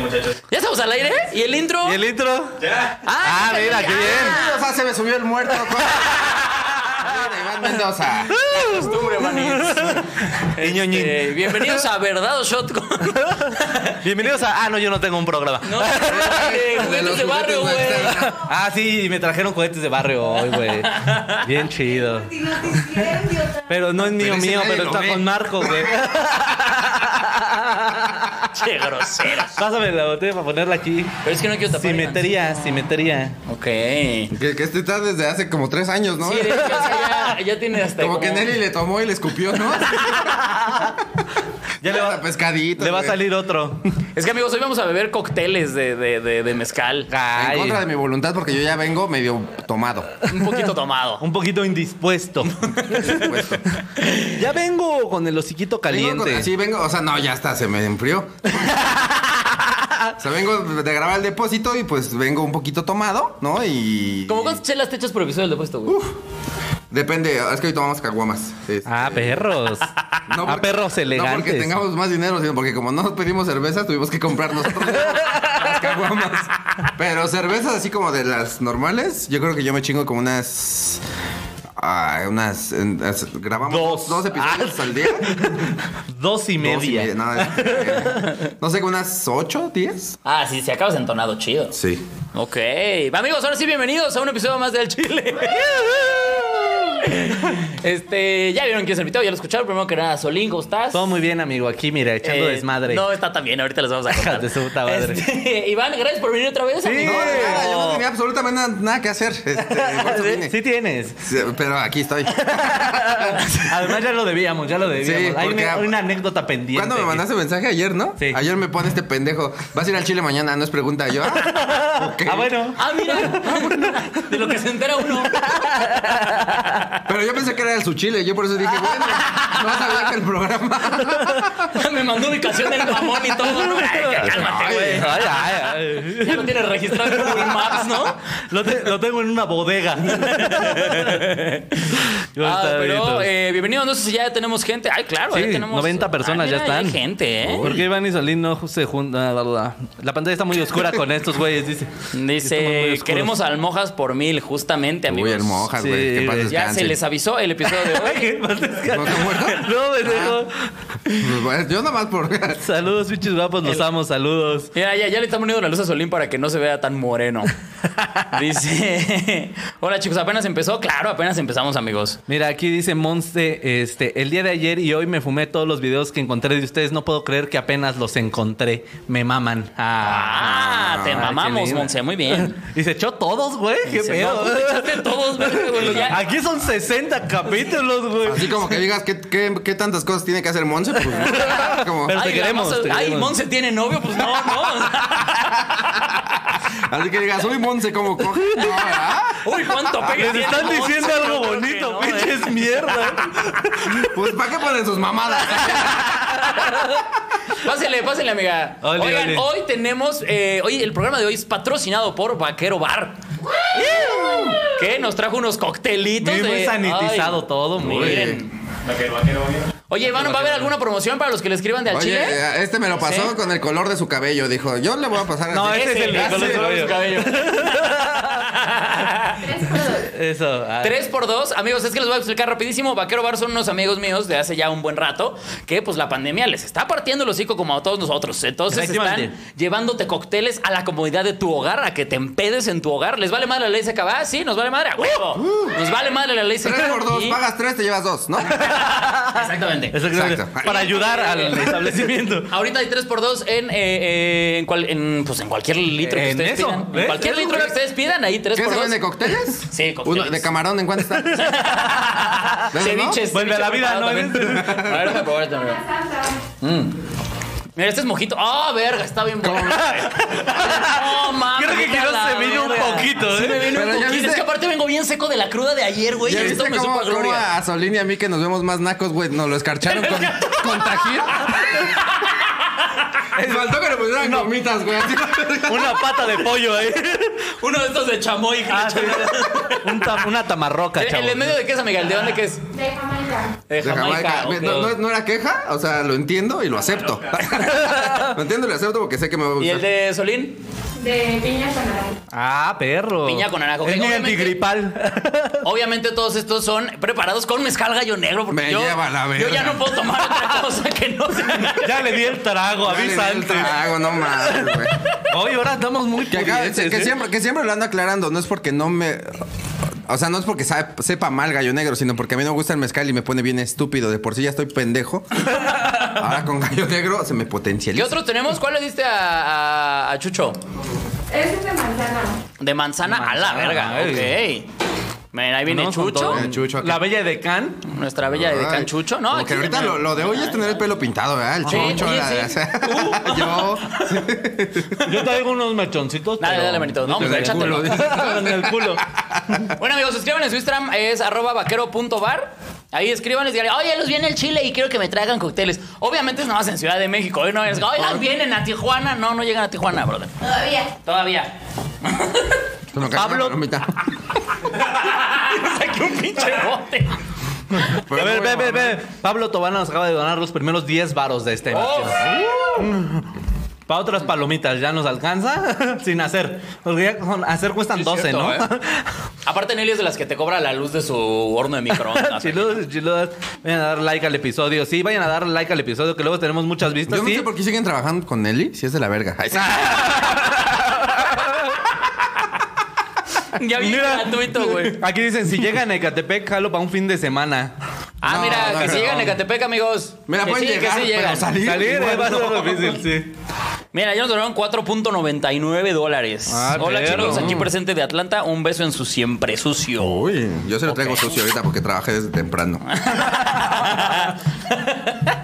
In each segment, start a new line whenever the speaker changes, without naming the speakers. muchachos.
¿Ya estamos al aire? ¿Y el intro?
¿Y el intro?
Ya.
Ah,
ya
mira,
salió.
qué bien.
O sea, se me subió el muerto. Mira, Iván Mendoza.
Costumbre, manis.
Y ñoñín.
Eh, bienvenidos a Verdad o Shot con...
Bienvenidos a. Ah, no, yo no tengo un programa.
No, de
De
juguetes
los
de barrio, güey.
juguetes, güey.
Ah, sí, me trajeron cohetes de barrio hoy, güey. Bien chido. Pero no es mío,
Pero ese
mío,
nadie
pero
lo
está
ve.
con Marco, güey.
Che, grosero.
Pásame la botella para ponerla aquí.
Pero es que no quiero tapar. el
Simetría, simetría.
mancito. Ok. Sí,
Que, que este está desde hace como tres años, ¿no?
de- o sea, ya, ya tiene hasta
como que Nelly le tomó y le escupió, ¿no?
Ya le va,
Hasta pescadito.
le va a
güey.
salir otro.
Es que, amigos, hoy vamos a beber cócteles de, de, de, de mezcal.
En
Ay,
contra de mi voluntad, porque yo ya vengo medio tomado.
Un poquito tomado.
un poquito indispuesto.
Puesto.
Ya vengo con el hociquito
Vengo con-
caliente.
sí, vengo, o sea, no, ya está, se me enfrió. o sea, vengo de grabar el depósito y pues vengo un poquito tomado, ¿no? Y.
¿Cómo cuántas chelas te echas por episodio del depuesto, güey?
Depende, es que hoy tomamos caguamas. Este,
Ah, perros.
no
a
porque-
perros
No porque
elegantes.
tengamos más dinero, sino porque como no pedimos cerveza, tuvimos que comprar nosotros las caguamas. Pero cervezas así como de las normales, yo creo que yo me chingo como unas. ah, unas. en- as- grabamos
Dos.
dos, episodios al día.
Dos y media.
Dos y media, no, es- eh, no sé, unas ocho, diez.
Ah, sí, se acabas entonado, chido.
Sí.
Ok. Amigos, ahora sí, bienvenidos a un episodio más del Chile. este, ya vieron quién es el invitado, ya lo escucharon. Primero que nada, Solín, ¿cómo estás?
Todo muy bien, amigo. Aquí, mira, echando
Eh,
desmadre.
No, está también, ahorita les vamos a contar.
de su puta madre.
Este, Iván, gracias por venir otra vez, amigo.
No, de nada, yo
Oh.
no tenía absolutamente na- nada, que hacer. este,
Eh,
por eso vine.
Sí tienes.
Sí, Pero aquí estoy.
Además ya lo debíamos, ya lo debíamos. Hay
porque-
una, una anécdota pendiente.
¿Cuándo me mandaste mensaje? Ayer, ¿no?
eh. Sí.
Ayer me pone este pendejo. Vas a ir al Chile mañana, no es pregunta. Yo, ah, ok.
Ah, bueno.
Ah, mira, de lo que se entera uno.
Pero yo pensé que era su Chile. Yo por eso dije, bueno, no sabía que el programa.
Ah, Me mandó ubicación del mamón y todo. ¿no? Ay, cálmate,
Ay,
güey.
ay, ay.
Ya lo tienes registrado en Google Maps, ¿no?
Lo, te- lo tengo en una bodega.
Ah, pero
Porque
eh, bienvenido, no sé si ya tenemos gente. Ay, claro,
Sí,
ya tenemos Ah,
90 personas ya
mira,
están.
Hay gente, ¿eh?
¿Por qué Iván y Solín no se juntan? La, la- la pantalla está muy oscura con estos güeyes, dice. Estamos muy
Dice,
oscuros.
queremos almojas por mil, justamente, amigos.
Uy, el mojas,
Sí,
güey. que paz
güey,
Ya se
descanse.
les avisó el episodio de hoy.
¿Qué? ¿Más desca-
¿No te has muerto?
No, pendejo.
Pues, bueno, yo nada más por.
Saludos, pinches guapos, los amo, saludos.
Mira, ya, ya le están poniendo la luz a Solín para que no se vea tan moreno. Dice, hola chicos, apenas empezó. Claro, apenas empezamos, amigos.
Mira, aquí dice Monste, este, el día de ayer y hoy me fumé todos los videos que encontré de ustedes. No puedo creer que apenas los encontré. Me maman.
Ah, te
ay, qué
mamamos,
lindo.
Monse, muy bien.
Y se echó todos, güey. Qué
Dice, no,
pedo.
pues, échate todos, verga, güey, ya.
Aquí son 60 capítulos, güey.
Así como que digas, ¿qué, qué, qué tantas cosas tiene que hacer Monse? Pues, ¿no? como,
Pero te
la
queremos,
masa-
te
ay,
queremos.
Monse tiene novio, pues no, no. o sea,
así que digas, soy Monse, como coge. No, ¿verdad?
uy, cuánto pega.
Ah, Les
tiene
están
Monse,
diciendo
yo
algo
creo que
bonito,
no, ¿eh?
pinches mierda.
Pues, ¿para qué ponen sus mamadas?
Pásele, pásele, amiga.
Ole,
Oigan,
ole.
hoy tenemos. eh, hoy el programa de hoy es patrocinado por Vaquero Bar. que nos trajo unos coctelitos.
Muy
de-
bien sanitizado
Ay,
todo, muy bien.
Miren.
Vaquero, vaquero, vaquero.
Oye, Iván, ¿va a haber alguna promoción para los que le escriban de al
Oye,
chile?
eh, este me lo pasó
Sí.
con el color de su cabello. Dijo, yo le voy a pasar
No,
así.
ese es el de
ese,
color de
color de su cabello.
Eso. ah.
3 por 2 amigos, es que les voy a explicar rapidísimo. Vaquero Bar son unos amigos míos de hace ya un buen rato, que pues la pandemia les está partiendo el hocico como a todos nosotros. Entonces
Efectivamente.
están llevándote cócteles a la comodidad de tu hogar, a que te empedes en tu hogar. ¿Les vale madre la ley seca? ¿Va? Sí, nos vale madre, a huevo. Nos vale madre la ley seca.
Uh. Tres por dos,
Y-
pagas tres, te llevas dos, ¿no?
Exactamente.
Exactamente.
Exacto.
Para ayudar al establecimiento.
Ahorita hay 3x2 en, eh, eh, en, cual- en, pues, en cualquier litro que
En
ustedes
eso,
pidan. En
¿ves?
cualquier
Eso,
litro que ustedes pidan, ahí 3x2.
¿Qué se vende cócteles?
Sí,
Uno
cócteles.
de camarón, ¿en cuánto está?
Ceviches.
Vuelve a la vida, ¿no?
A ver, déjame probar, déjame probar. Mira, este es mojito. ¡Ah, verga! Está bien bueno. ¡No, mames!
Creo que
vete a
quizás
la
se vino un
verga.
poquito,
Sí,
¿eh?
me vino
Pero
un
ya
poquito.
viste-
Es que aparte vengo bien seco de la cruda de ayer, güey.
¿Ya
y Esto
viste
me
cómo,
supo a
cómo
gloria.
a Solín y a mí que nos vemos más nacos, güey? Nos lo escarcharon con, con Tajín. Faltó que le pusieran gomitas, güey. así.
Una pata de pollo, ¿eh?
Uno de estos de chamoy. que le
Ah, sí.
echan-
Un tam- una tamarroca,
¿El,
chavo.
Eh, el en medio de qué es, amiga? ¿El de dónde que es?
De Jamaica.
De
De
Jamaica.
Jamaica.
ok. Ah,
No, no- no era queja, o sea, lo entiendo y lo acepto. lo entiendo y lo acepto porque sé que me va a
¿Y el
gustar.
de Solín?
De Piña con naranja.
Ah, perro.
Piña con naranja, ok,
Es muy
obviamente.
antigripal.
Obviamente todos estos son preparados con mezcal gallo negro. Porque
Me
yo,
lleva la
yo
verga.
ya no puedo tomar otra cosa que no sea...
ya le di el trago,
Dale,
avisa
del
antes.
trago, no mames, güey.
Hoy ahora estamos muy
Que, acá-
pudientes,
que
¿eh?
siempre, que siempre lo ando aclarando, no es porque no me. O sea, no es porque sa- sepa mal gallo negro, sino porque a mí no me gusta el mezcal y me pone bien estúpido. De por sí ya estoy pendejo. Ahora con gallo negro se me
¿Qué
potencializa.
otros tenemos? ¿Cuál le diste a, a- a Chucho?
Ese es de manzana.
De manzana, a la
Manzana,
verga.
ay.
Ok. Mira, ahí viene
Andamos con
Chucho.
todo.
Viene Chucho acá.
La bella de Can.
Nuestra bella de
Ay,
Canchucho. No,
como
aquí
que ahorita
tenía-
lo, lo de hoy es tener el pelo pintado, ¿verdad? El
Sí,
choncho,
oye,
la-
sí.
o sea, yo.
Yo traigo unos mechoncitos.
Dale,
pero-
dale, manito. No,
Desde
pues
el
échatelo.
culo, dice.
en el culo.
Bueno, amigos, escriban en su Instagram, es arroba vaquero.bar. Ahí escriban y digan, oye, los viene el Chile y quiero que me traigan cócteles. Obviamente es nomás en Ciudad de México. ¿eh? No es, oye, las vienen a Tijuana. No, no llegan a Tijuana, brother.
Todavía.
Todavía.
Se me cayó una
Pablo-
palomita.
Saqué un pinche bote.
Pero
a ver,
bueno,
ve, ve, ve. Pablo Tobana nos acaba de donar los primeros 10 varos de este esta emisión. Para otras palomitas, ¿ya nos alcanza? Sin hacer. Porque ya con hacer cuestan
Sí, es
12,
cierto,
¿no?
¿eh? Aparte, Nelly es de las que te cobra la luz de su horno de microondas.
Chiludas, chiludas. Vayan a dar like al episodio. Sí, vayan a dar like al episodio, que luego tenemos muchas vistas.
Yo no
sí.
sé por qué siguen trabajando con Nelly si es de la verga. Ay, sí.
ya vi
Mira.
gratuito, güey.
Aquí dicen, si llegan a Ecatepec, jalo para un fin de semana.
Ah,
No,
mira,
no,
que si
no.
llegan a Ecatepec, amigos.
Mira,
que
pueden
sí,
llegar,
que sí llegan.
pero salir.
Salir
igual
eh, va a
no.
ser difícil, sí.
Mira, ya nos donaron 4.99 dólares.
Ah,
Hola,
perro.
chicos, aquí presente de Atlanta. Un beso en su siempre sucio.
Uy, yo se lo traigo sucio ahorita porque trabajé desde temprano.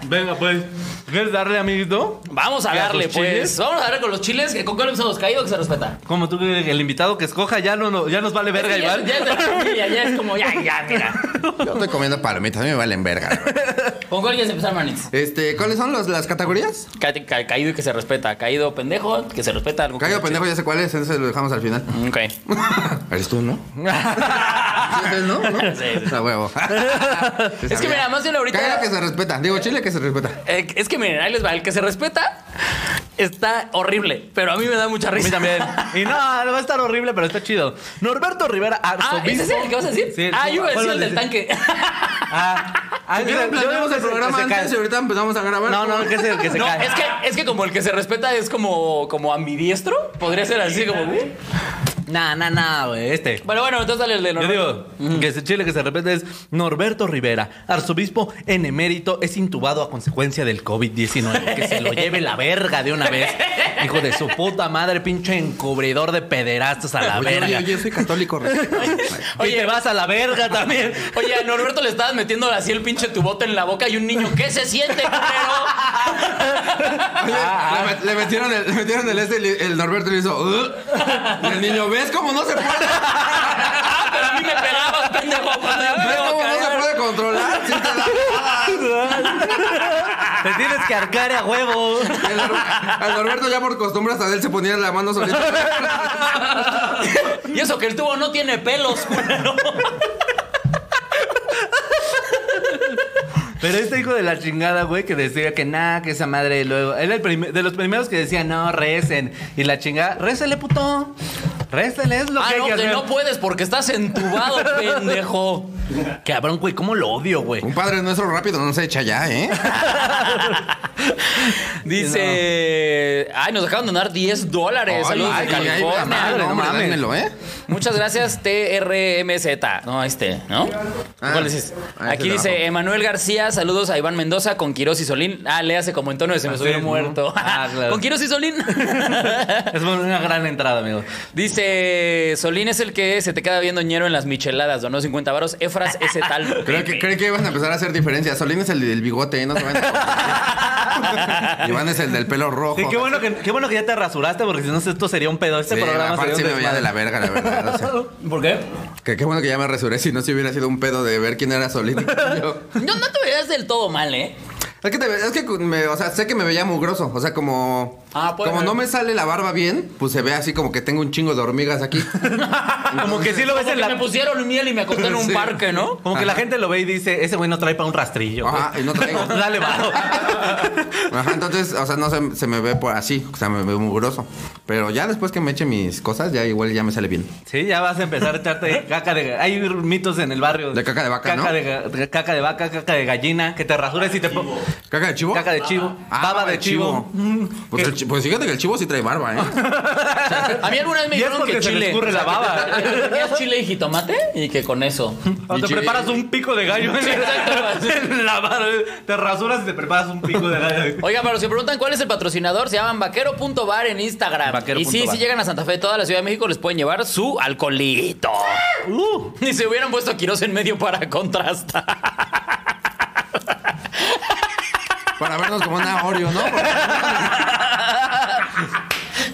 Venga, pues. ¿Quieres darle, amiguito?
Vamos a
¿Y a
darle,
sus
pues.
chiles?
Vamos a darle con los chiles. que ¿Con cuál hemos caído? Que se respeta.
Como tú, el invitado que escoja ya, no, no- ya nos vale verga,
ya,
igual.
ya es de la familia, ya es como, ya, ya, mira.
Yo estoy comiendo palomitas, a mí me valen verga.
¿Con cuál quieres empezar, manitz?
Este, ¿cuáles son los- las categorías?
Ca- ca- caído y que se respeta. Caído pendejo, que se respeta. Algo que
Cayo
se-
pendejo, ya sé cuál es, entonces lo dejamos al final.
Ok.
¿Eres tú, no? ¿Sí ¿Eres, no? ¿No?
Sí, sí.
A huevo.
Es que mira, más bien ahorita-
Cayo que se respeta. Digo, Chile que se respeta.
Eh, es que miren, ahí les va. El que se respeta está horrible, pero a mí me da mucha
A
risa.
mí también. Y no, va a estar horrible, pero está chido. Norberto Rivera,
Ah,
arzobispo.
¿ese es el que vas a decir?
Sí, el-
ah, yo iba a decir
bueno,
el del
sí.
tanque.
Ah, ah,
Yo
yo-
planeamos
yo-
el programa
que se
antes y
cae.
ahorita empezamos a grabar.
No, no, que es el que se
No,
cae.
es que, es que como el que se respeta es como, como ambidiestro. Podría ser así como. uh.
Nah, nah, nah, güey, este.
Bueno, bueno, entonces dale el de
Yo
Norberto. Mm.
digo que ese chile que se repete es Norberto Rivera, arzobispo en emérito, es intubado a consecuencia del COVID-19. Que se lo lleve la verga de una vez. Hijo de su puta madre, pinche encubridor de pederastas a la
Oye,
verga.
Yo, yo soy católico. respeta.
Oye, vas a la verga también.
Oye, a Norberto le estabas metiendo así el pinche tubote en la boca y un niño, ¿qué se siente, culero?
Oye, le, met- le metieron el, le metieron el este y le- el Norberto le hizo. "Ugh". Y el niño, ¿ves cómo no se puede?
Ah, pero a mí me pegabas, pendejo. cuando yo me
¿Ves
veo
cómo no se
caer.
puede controlar? Sí te da-
Te tienes que arcar a huevo.
El, Nor- el Norberto ya por costumbre hasta de él se ponía la mano sobre
Y eso que el tubo no tiene pelos, culero.
Pero este hijo de la chingada, güey, que decía que nada, que esa madre luego. Él el prim- de los primeros que decía, no, recen. Y la chingada, récele, puto. Récele, es lo
Ah,
que hay
no,
que
que
hacer.
no puedes porque estás entubado, pendejo.
Cabrón, güey, cómo lo odio, güey.
Un padre nuestro rápido no se echa ya, ¿eh?
Dice. Ay, nos dejaron donar 10 dólares. Saludos de
ay, ay,
California.
madre,
no
no, hombre,
mames.
dámelo, ¿eh?
Muchas gracias, TRMZ. No, este, ¿no?
Ah,
¿Cuál es este?
ah,
Aquí
ese
dice
trabajo.
Emanuel García, saludos a Iván Mendoza con Quiroz y Solín. Ah, le hace como en tono de se me
Así
subió
es, ¿no?
muerto.
Ah, claro.
Con Quiroz y Solín.
Es una gran entrada, amigo.
dice, Solín es el que se te queda viendo ñero en las micheladas, donó 50 varos. Efras ese tal.
Creo que,
Pepe.
creo que van a empezar a hacer diferencias. Solín es el del bigote, ¿eh? No se van a- Iván es el del pelo rojo.
Sí, qué bueno que, qué bueno que ya te rasuraste, porque si no, esto sería un pedo. Este
Sí,
programa
aparte
sería un
sí me veía de
desmadre.
la verga, la verdad. o sea,
¿Por qué?
que qué bueno que ya me resuré, si no, si hubiera sido un pedo de ver quién era Solín. Yo-
No, no te veías del todo mal, ¿eh?
Es que, te ve- es que me- o sea, sé que me veía mugroso. O sea, como.
Ah, puede
como
ser.
no me sale la barba bien, pues se ve así como que tengo un chingo de hormigas aquí.
Como que sí lo ves
Como
en
que me
la.
pusieron miel y me acosté en un
Sí.
parque, ¿no?
Como que la gente lo ve y dice, ese güey no trae para un rastrillo.
Ajá, y no traigo.
Dale, varo.
Ajá, entonces, o sea, no se, se me ve por así. O sea, me ve mugroso. Pero ya después que me eche mis cosas, ya igual ya me sale bien.
Sí, ya vas a empezar a echarte caca de... Hay mitos en el barrio.
De caca de vaca,
caca
¿no?
De, ga- de caca de vaca, caca de gallina, que te rasures y te... po-
¿Caca de chivo?
Caca de chivo.
Ah,
baba de chivo. Mm.
Pues, el chi- pues fíjate que el chivo sí trae barba, ¿eh?
A mí alguna vez me
Y es
dijeron
porque
que
se le
chile.
escurre la baba.
Tenías chile y jitomate y que con eso.
O
Y
te
chi-
preparas un pico de gallo en,
Sí, exacto.
en la barra. Te rasuras y te preparas un pico de gallo.
Oiga, pero se preguntan cuál es el patrocinador, se llaman vaquero.bar en Instagram.
Vaquero
y sí,
punto bar.
si llegan a Santa Fe, toda la Ciudad de México les pueden llevar su alcoholito.
Uh,
Ni se hubieran puesto Quiroz en medio para contrastar.
Para vernos como una Oreo, ¿no?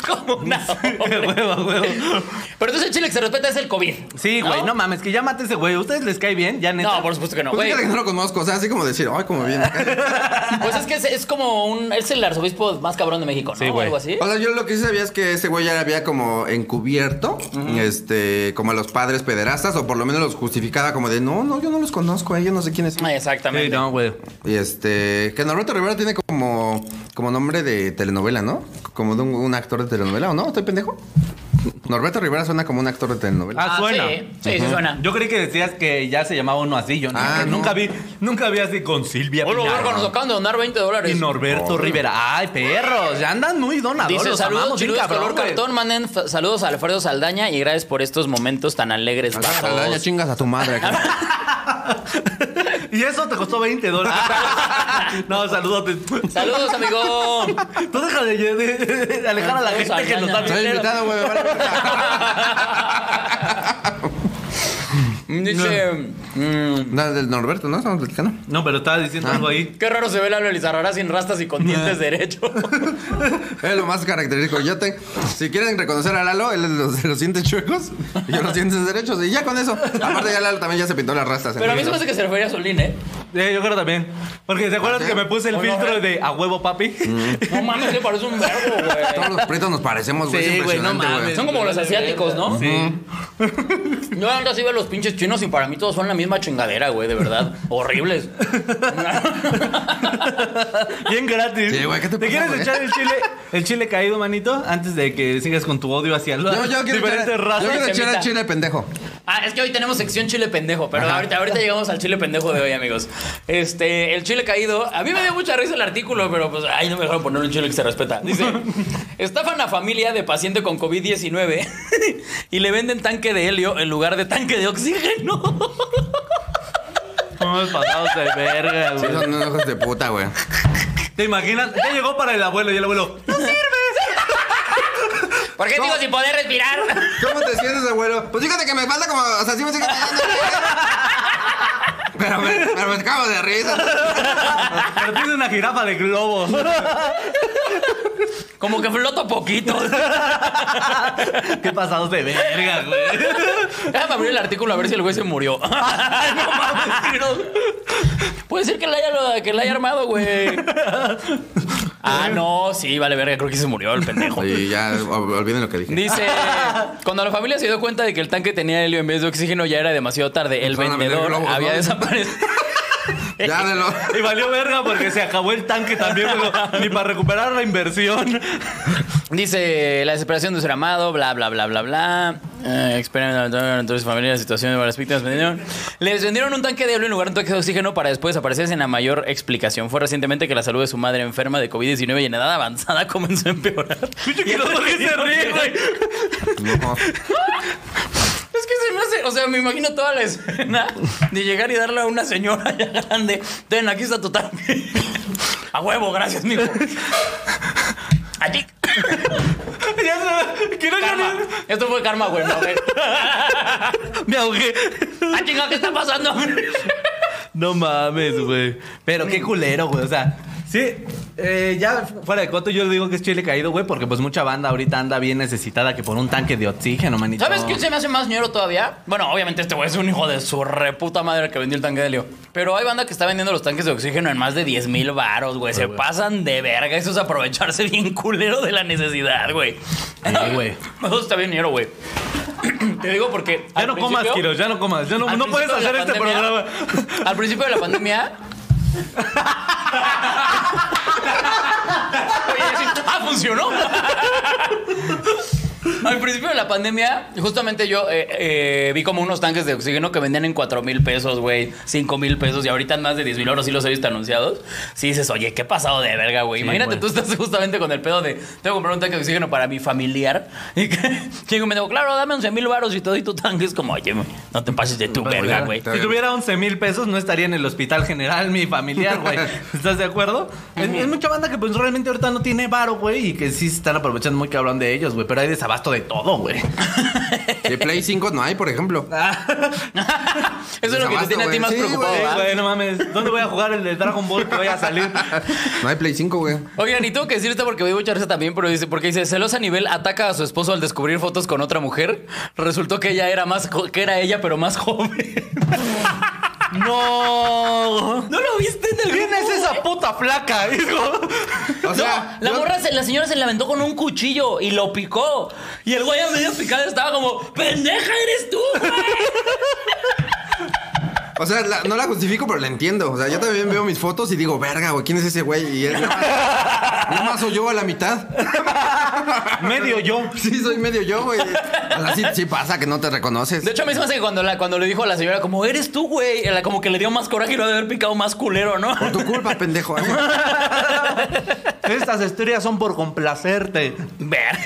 Como una
huevo, huevo.
Pero entonces el chile que se respeta es el COVID.
Sí, güey, ¿No? mames, que ya mate ese güey. ¿Ustedes les cae bien? Ya, neta.
No, por supuesto que no,
Pues
güey.
fíjate que no lo conozco. O sea, así como decir, ay, como bien.
Pues es que es, es como un. Es el arzobispo más cabrón de México, ¿no?
Sí,
o
güey.
algo así.
O sea, yo lo que sí sabía es que ese güey ya había como encubierto, este, como a los padres pederastas, o por lo menos los justificaba como de, no, no, yo no los conozco, eh, yo no sé quiénes son.
Ah, Exactamente.
Sí, no, güey.
Y este, que Norberto Rivera tiene como, como nombre de telenovela, ¿no? Como de un, un actor de telenovela, ¿o no? ¿Estoy pendejo? Norberto Rivera suena como un actor de telenovela.
Ah, suena.
Sí, sí, sí suena.
Yo creí que decías que ya se llamaba uno así. Yo nunca,
Ah, no.
nunca vi, nunca vi así con Silvia
Hola,
Pinar.
verga, nos acaban de donar 20 dólares.
Y Norberto Rivera. Ay, perros, ya andan muy donadores.
Dice,
los
saludos,
amamos, bien
chiludos,
cabrón,
color
güey".
cartón. Manden f- saludos a Alfredo Saldaña y gracias por estos momentos tan alegres.
Ah,
vatos.
Saldaña, chingas a tu madre. acá.
Y eso te costó 20 dólares. no, saludos.
Saludos, amigo.
Tú deja de, de- de- de alejar a la
Alfredo
gente que nos está
Saldaña.
Soy
viendo.
invitado, güey. me vale Ah, verga.
Dice, mm,
No, del Norberto, ¿no? Estamos platicando.
No, pero estaba diciendo
Ah.
algo ahí.
qué raro se ve la Lizarrara sin rastas y con dientes derechos.
Es lo más característico. Yo te, si quieren reconocer a Lalo, él es los, los dientes chuecos y yo los dientes derechos. Y ya con eso. Aparte, ya Lalo también ya se pintó las rastas.
Pero a mí se me
entonces-
hace que se refería a Solín, ¿eh?
Eh, yo creo también. Porque ¿se acuerdan
¿Sí?
que me puse el
Hola,
filtro de a huevo, papi?
Mm.
No mames, le parece un verbo, güey.
Todos los prietos nos parecemos, güey.
Sí,
es
güey, no
impresionante, güey.
mames.
Son como los asiáticos, ¿no?
Sí.
Yo antes iba a los pinches chinos y para mí todos son la misma chingadera, güey, de verdad. Horribles.
Bien gratis.
Sí, güey, ¿qué te pasa,
quieres
güey?
echar el chile, el chile caído, manito? Antes de que sigas con tu odio hacia los
Yo, yo quiero
diferentes
echar, yo
razas.
quiero
se
echar al
imita.
chile pendejo.
Ah, es que hoy tenemos sección chile pendejo, pero
Ajá.
ahorita, ahorita llegamos al chile pendejo de hoy, amigos. Este, el chile caído. A mí me dio mucha risa el artículo, pero pues, ay, no me dejaron poner un chile que se respeta. Dice: Estafan a familia de paciente con COVID-19 y le venden tanque de helio en lugar de tanque de oxígeno.
Somos pasados de verga,
Sí,
güey.
son unos hijos de puta, güey.
¿Te imaginas? Ya llegó para el abuelo y el abuelo.
¿Por qué digo sin poder respirar?
¿Cómo te sientes, abuelo? Pues fíjate que me falta como. O sea, sí me sigue cayendo. Pero me, pero me cago de risa.
Pero tiene una jirafa de globos.
Como que floto poquito.
Qué pasados de verga, güey.
Déjame abrir el artículo a ver si el güey se murió. Ay, no mames, no. Puede ser que la haya, que la haya armado, güey. Ah, no, sí, vale, verga, creo que se murió el pendejo.
Y ya, ol- olviden lo que dije.
Dice, cuando la familia se dio cuenta de que el tanque tenía helio en vez de oxígeno ya era demasiado tarde. El
Empezaron a vender
vendedor
globos,
había
¿no?
desaparecido.
Ya de lo.
Y valió verga porque se acabó el tanque también, güey. Ni para recuperar la inversión.
Dice, la desesperación de ser amado, bla, bla, bla, bla, bla. Eh, Experimentan entre su familia la situación de varias víctimas. vendieron- Les vendieron un tanque de helio en lugar de un tanque de oxígeno para después desaparecer sin la mayor explicación. Fue recientemente que la salud de su madre enferma de COVID-19 y en edad avanzada comenzó a empeorar.
Pinche que no
Y el
¿por qué se ríe, güey.
No.
Es que se me hace, o sea, me imagino toda la escena de llegar y darle a una señora ya grande. Ten, aquí está tu tanque. A huevo, gracias, mijo. Allí.
Ya se- que no-
Karma. Esto fue karma, güey. no, güey.
Me ahogué.
¡Ah, chinga, qué está pasando!
No mames, güey. Pero qué culero, güey. O sea, Sí, eh, ya fu- fuera de coto yo le digo que es chile caído, güey, porque pues mucha banda ahorita anda bien necesitada que por un tanque de oxígeno, manito.
¿Sabes quién se me hace más ñero todavía? Bueno, obviamente este güey es un hijo de su reputa madre que vendió el tanque de helio. Pero hay banda que está vendiendo los tanques de oxígeno en más de 10 mil varos, güey. Se pasan de verga. Eso es aprovecharse bien culero de la necesidad, güey.
Sí, güey.
Eso está bien ñero, güey. Te digo porque...
Ya
al
no comas,
principio-
Kiros, ya no comas. Ya no,
al
no puedes
principio de
hacer
la
este
pandemia-
programa.
Al principio de la pandemia. Oye, sí, ah, funcionó. Al principio de la pandemia, justamente yo eh, eh, vi como unos tanques de oxígeno que vendían en 4 mil pesos, güey, 5 mil pesos, y ahorita en más de 10 mil euros sí los he visto anunciados. Sí dices, oye, qué pasado de verga, güey. Imagínate,
güey.
tú estás justamente con el pedo de, tengo que comprar un tanque de oxígeno para mi familiar. Y que, llego y me digo, claro, dame 11 mil baros y te doy tu tanque. Es como, oye, güey, no te pases de tu verga, güey.
Está
Si
bien.
tuviera 11 mil pesos, no estaría en el hospital general mi familiar, güey. ¿Estás de acuerdo? Es, es mucha banda que pues realmente ahorita no tiene varo, güey, y que sí se están aprovechando muy cabrón de ellos, güey. Pero hay desabasto de todo, güey.
De Play 5 no hay, por ejemplo.
Eso es lo que te
Desabasto,
tiene a ti
güey.
más
Sí,
preocupado,
güey.
¿verdad?
Güey, Ah, no mames. ¿Dónde voy a jugar el de Dragon Ball que vaya a salir?
No hay Play 5, güey.
Oigan, y tengo que decir esto porque me dio mucha risa también, pero dice, porque dice, celosa nivel ataca a su esposo al descubrir fotos con otra mujer. Resultó que ella era más jo- que era ella, pero más joven.
¡No!
¿No lo viste en el
¿Quién es esa puta flaca, hijo?
O sea,
la
yo-
morra, se- la señora se le aventó con un cuchillo y lo picó. Y el güey a medio picado estaba como, pendeja eres tú, güey.
o sea, la- no la justifico, pero la entiendo. O sea, yo también veo mis fotos y digo, verga, güey, ¿quién es ese güey? Y él nada más soy yo a la mitad.
Medio yo.
Sí, soy medio yo, güey. O sea, sí, sí pasa que no te reconoces.
De hecho, a mí se me hace que cuando, la, cuando le dijo a la señora, como, eres tú, güey, eh, la- como que le dio más coraje y lo ha de haber picado más culero, ¿no?
Por tu culpa, pendejo. ¿eh?
Estas historias son por complacerte.
Ver.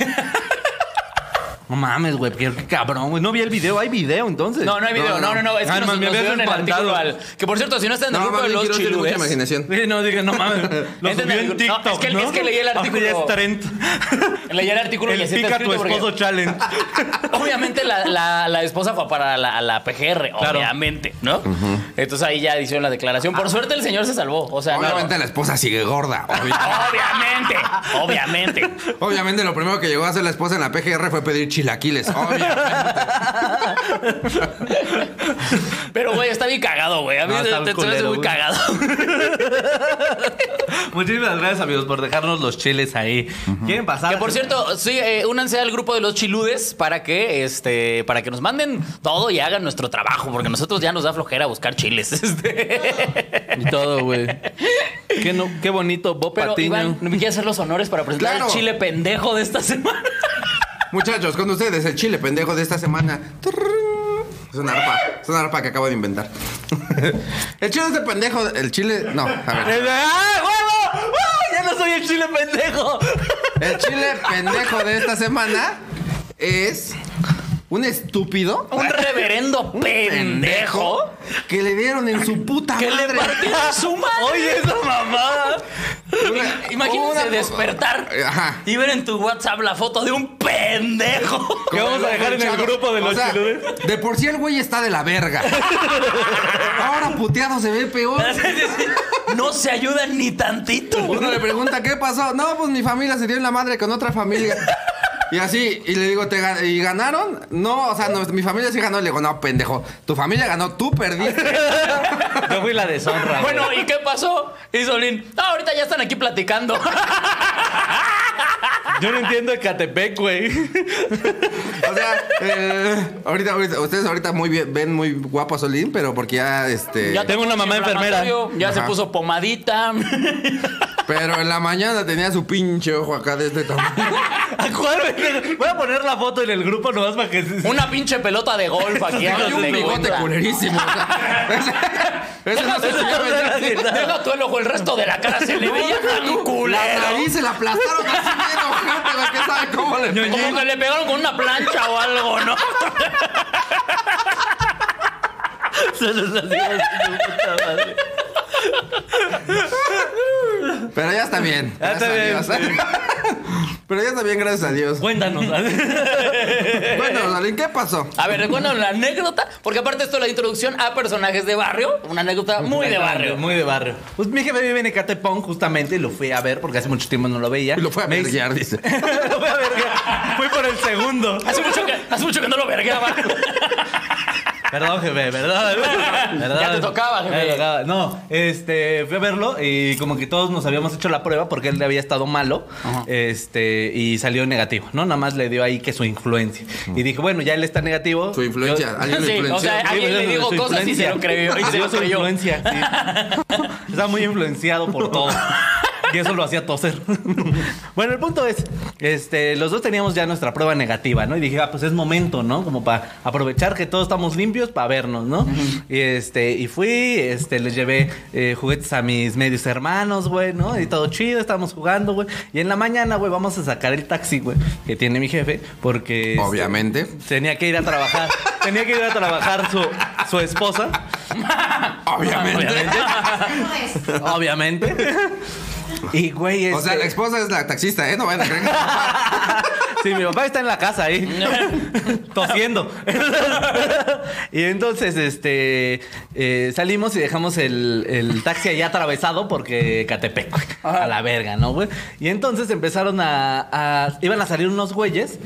No mames, güey. Qué, qué cabrón, güey. No vi el video. Hay video, entonces.
No, no hay video. No, no, no. es que
Ah,
nos,
man, me
nos
habías
dieron el
espantado.
artículo al... Que, por cierto, si no están en el
No,
grupo
más
de
bien
los
quiero decir mucha
chilúes...
imaginación.
Sí, no, dije, no mames. Lo
Este
subió
me-
en
no,
TikTok.
es que el-
¿no?
es que leí el
Ahora
artículo.
ya es trend.
Leí el artículo y
El
así está
pica tu
escrito porque-
esposo challenge.
Obviamente la, la- la esposa fue para la, la PGR,
Claro. Ah.
obviamente, ¿no? Entonces ahí ya hicieron la declaración. Por suerte el señor se salvó. O sea, no-
Obviamente la esposa sigue gorda. obvio.
Obviamente, obviamente.
Obviamente lo primero que llegó a hacer la esposa en la PGR fue pedir chilaquiles. Obvio.
Pero, güey, está bien cagado, güey. A mí
No, está
te- te- se me hace
culero,
muy
güey.
cagado.
Muchísimas gracias, amigos, por dejarnos los chiles ahí. ¿Quieren pasar?
Que por cierto, sí, eh, únanse al grupo de los chiludes para que este, para que nos manden todo y hagan nuestro trabajo, porque nosotros ya nos da flojera buscar chiles. Este.
Y todo, güey. Qué, no- qué bonito, Bob
Pero
Patiño.
Iván, me quieres hacer los honores para presentar
Claro.
el chile pendejo de esta semana.
Muchachos, con ustedes el chile pendejo de esta semana. Turrún. Es una arpa. Es una arpa que acabo de inventar. El chile de este pendejo. El chile. No, a ver.
¡Ah, huevo! ¡Ah, ya no soy el chile pendejo!
El chile pendejo de esta semana es un estúpido.
Un reverendo pendejo
Que le dieron en su puta
que le
madre.
partió su madre.
Oye, esa mamada.
Una-
Imagínense
una-
despertar
Ajá.
y ver en tu WhatsApp la foto de un pendejo.
¿Qué vamos a dejar en el grupo de los chiludes?
De por sí el güey está de la verga. Ahora puteado se ve peor.
No se ayudan ni tantito.
Uno le pregunta qué pasó. No, pues mi familia se dio en la madre con otra familia. Y así, y le digo, ¿te gan- ¿y ganaron? No, o sea, no, mi familia sí ganó. Le digo, no, pendejo, tu familia ganó, tú perdiste.
Yo fui la deshonra. güey.
Bueno, ¿y qué pasó? Y Solín, "Ah, ahorita ya están aquí platicando.
yo no entiendo Ecatepec, güey.
O sea, eh, ahorita, ahorita- ustedes ahorita muy bien, ven muy guapo a Solín, pero porque ya, este...
Ya
tengo una mamá enfermera.
Ya se
Ajá.
puso pomadita.
Pero en la mañana tenía su pinche ojo acá de este tamaño.
¿A cuál pendejo? Voy a poner la foto en el grupo nomás para que... se-
Una pinche pelota de golf aquí.
Y un
háganle
bigote
cuenta.
culerísimo. o sea, ese- ese no se puede ver.
Deja tu el ojo, el resto de la cara se le veía tan
La
culero.
nariz se la aplastaron así bien ojete, güey, que sabe cómo le
Como que le pegaron con una plancha o algo, ¿no?
Se les hacía así, su puta madre.
Pero ya está bien.
Ya está
gracias a
bien,
Dios. ¿eh? Pero ya está bien, gracias a Dios.
Cuéntanos.
Bueno, Dalín, ¿qué pasó?
A ver, recuerdan la anécdota, porque aparte esto es la introducción a personajes de barrio, una anécdota muy de barrio.
Muy de barrio. Pues mi jefe vive en Ecatepón, justamente, y lo fui a ver porque hace mucho tiempo no lo veía.
Y lo fue a
Me dice-
verguiar, dice.
lo fui a verguear. Fui por el segundo.
Hace mucho que, hace mucho que no lo vergueaba.
Perdón, jefe, ¿verdad? ¿verdad?
Ya te tocaba, jefe.
Ya me tocaba. No, este, fui a verlo y como que todos nos habíamos hecho la prueba porque él le había estado malo este, y salió negativo, ¿no? Nada más le dio ahí que su influencia. Y dije, bueno, ya él está negativo.
Su influencia.
yo-
Alguien
Sí,
lo
o
influenció.
sea,
Sí,
Alguien
pues,
le
yo-
dijo
su
cosas y se lo creyó, y se
Yo
lo
soy
creyó.
influencia, sí. Estaba muy influenciado por todo. Y eso lo hacía toser. bueno, el punto es, este, los dos teníamos ya nuestra prueba negativa, ¿no? Y dije, ah, pues es momento, ¿no? Como para aprovechar que todos estamos limpios para vernos, ¿no? Y este, y fui, este, les llevé eh, juguetes a mis medios hermanos, güey, ¿no? Y todo chido, estábamos jugando, güey. Y en la mañana, güey, vamos a sacar el taxi, güey, que tiene mi jefe, porque. este,
Obviamente.
Tenía que ir a trabajar. Tenía que ir a trabajar su, su esposa.
Obviamente.
No es.
Obviamente. Y güey,
O sea,
este-
la esposa es la taxista, ¿eh? No vayan a creer.
Sí, mi papá está en la casa ahí. tosiendo. y entonces, este. eh, salimos y dejamos el, el taxi allá atravesado porque Catepec, güey. A la verga, ¿no, güey? Y entonces empezaron a. a- iban a salir unos güeyes.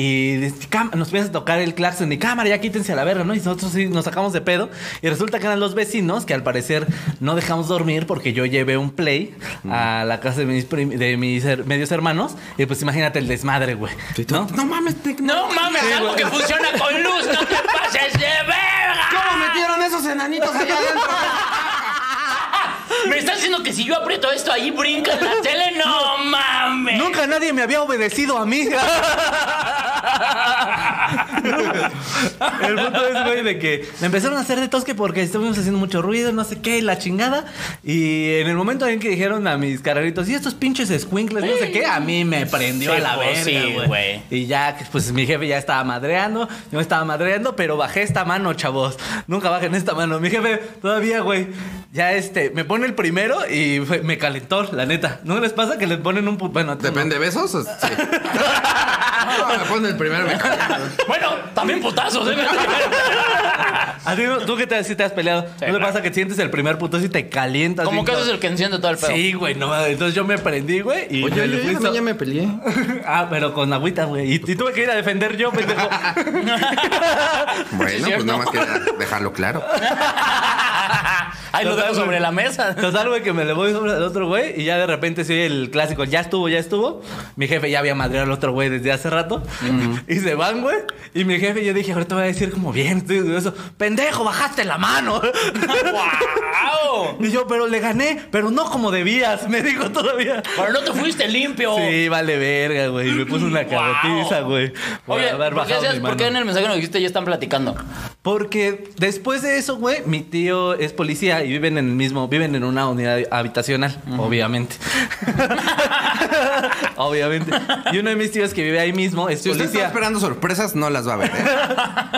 Y dice, "Cam- nos empieza a tocar el claxon y cámara, ya quítense a la verga, ¿no? Y nosotros sí nos sacamos de pedo. Y resulta que eran los vecinos que al parecer no dejamos dormir porque yo llevé un play a la casa de mis, prim- de mis her- medios hermanos. Y pues imagínate el desmadre, güey. ¿No?
No mames, te-
No mames, algo que funciona con luz, no te pases de verga.
¿Cómo metieron esos enanitos allá adentro?
Me estás diciendo que si yo aprieto esto ahí brinca la tele, no mames.
Nunca nadie me había obedecido a mí. El punto es, güey, de que me empezaron a hacer de tosque porque estuvimos haciendo mucho ruido, no sé qué, y la chingada. Y en el momento en que dijeron a mis carreritos, y estos pinches squinkles, no sé qué, a mí me prendió
Sí,
a la
pues, sí,
verga, güey.
güey.
Y ya, pues mi jefe ya estaba madreando, yo estaba madreando, pero bajé esta mano, chavos. Nunca bajen esta mano. Mi jefe todavía, güey, ya este, me pone el primero y fue- me calentó, la neta. ¿No les pasa que les ponen un... pu- Bueno, tú no.
Depende, ¿besos? o- Sí. No, me pone el primero. me cago.
Bueno, también putazos, ¿eh?
¿A ti no- tú que te, sí te has peleado, ¿no te
claro.
pasa que sientes el primer putazo y te calientas?
Como que
bien
eso es el que enciende todo el
cabrón?
pedo.
Sí, güey, no, entonces yo me prendí, güey, y
Oye,
me
yo
le fui
también
so-
ya me peleé.
Ah, pero con agüita, güey, y, y tuve que ir a defender yo, pendejo.
Bueno, pues
cierto.
nada más que dejarlo claro. Pues
Ahí lo
Total,
dejo
güey.
sobre la mesa.
Total, güey, que me le voy sobre el otro güey y ya de repente soy el clásico, ya estuvo, ya estuvo. Mi jefe ya había madreado al otro güey desde hace rato. Y se van, güey. Y mi jefe, yo dije, ahorita voy a decir como bien, estoy orgulloso. Pendejo, bajaste la mano.
¡Wow!
y yo, pero le gané, pero no como debías, me dijo todavía.
Pero no te fuiste limpio.
Sí, vale verga, güey. Me puso una
Guau.
cagotiza, güey.
Oh.
por
Oye,
haber
¿por qué,
bajado
hacías-
mi
por qué
mano.
en el mensaje que nos dijiste ya están platicando?
Porque después de eso, güey, mi tío es policía y viven en el mismo, viven en una unidad habitacional, obviamente. obviamente. Y uno de mis tíos que vive ahí mismo es
Si usted está
policía.
esperando sorpresas, no las va a ver.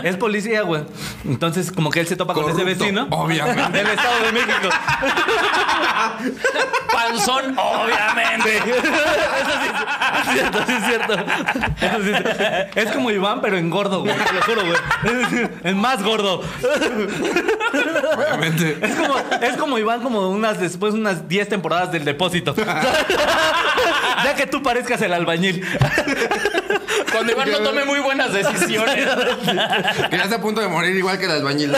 ¿eh?
Es policía, güey. Entonces, como que él se topa con ese
Corrupto,
vecino.
obviamente.
Del Estado de México.
Panzón, obviamente.
Es cierto, Ah, sí es cierto. Eso sí es, cierto. Es como Iván, pero en gordo, güey. Te lo juro, güey. Es más gordo.
Obviamente.
Es como, es como Iván, como unas después unas 10 temporadas del depósito. ya que tú parezcas el albañil.
Cuando Iván no tome muy buenas decisiones.
Que ya está a punto de morir igual que el albañil.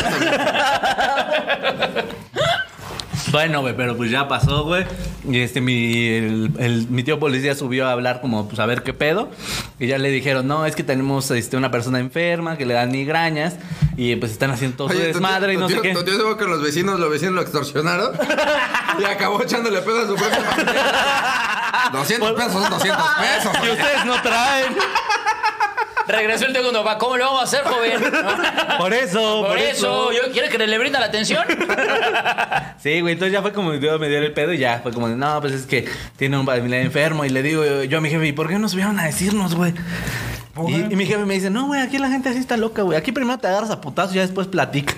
Bueno, güey, pero pues ya pasó, güey. Y este, mi, el- el- mi tío policía subió a hablar como, pues a ver qué pedo. Y ya le dijeron, no, es que tenemos este, una persona enferma que le dan migrañas. Y pues están haciendo todo su
Oye, tu
desmadre
tío-
y no
tu
sé
tío-
qué.
Tu tío se fue con los vecinos, los vecinos lo extorsionaron y acabó echándole pedo a su propia familia. 200
Pues-
pesos son 200 pesos.
Y ustedes no traen.
Regresó el segundo, va, ¿cómo lo vamos a hacer, joven?
Por eso,
Por, eso, yo quiero que le brinda la atención.
Sí, güey, entonces ya fue como yo me dio el pedo y ya fue como, de, no, pues es que tiene un familiar enfermo y le digo yo, yo a mi jefe, ¿y por qué no subieron a decirnos, güey? Y, y mi jefe me dice, no, güey, aquí la gente así está loca, güey. Aquí primero te agarras a putazo y ya después platicas.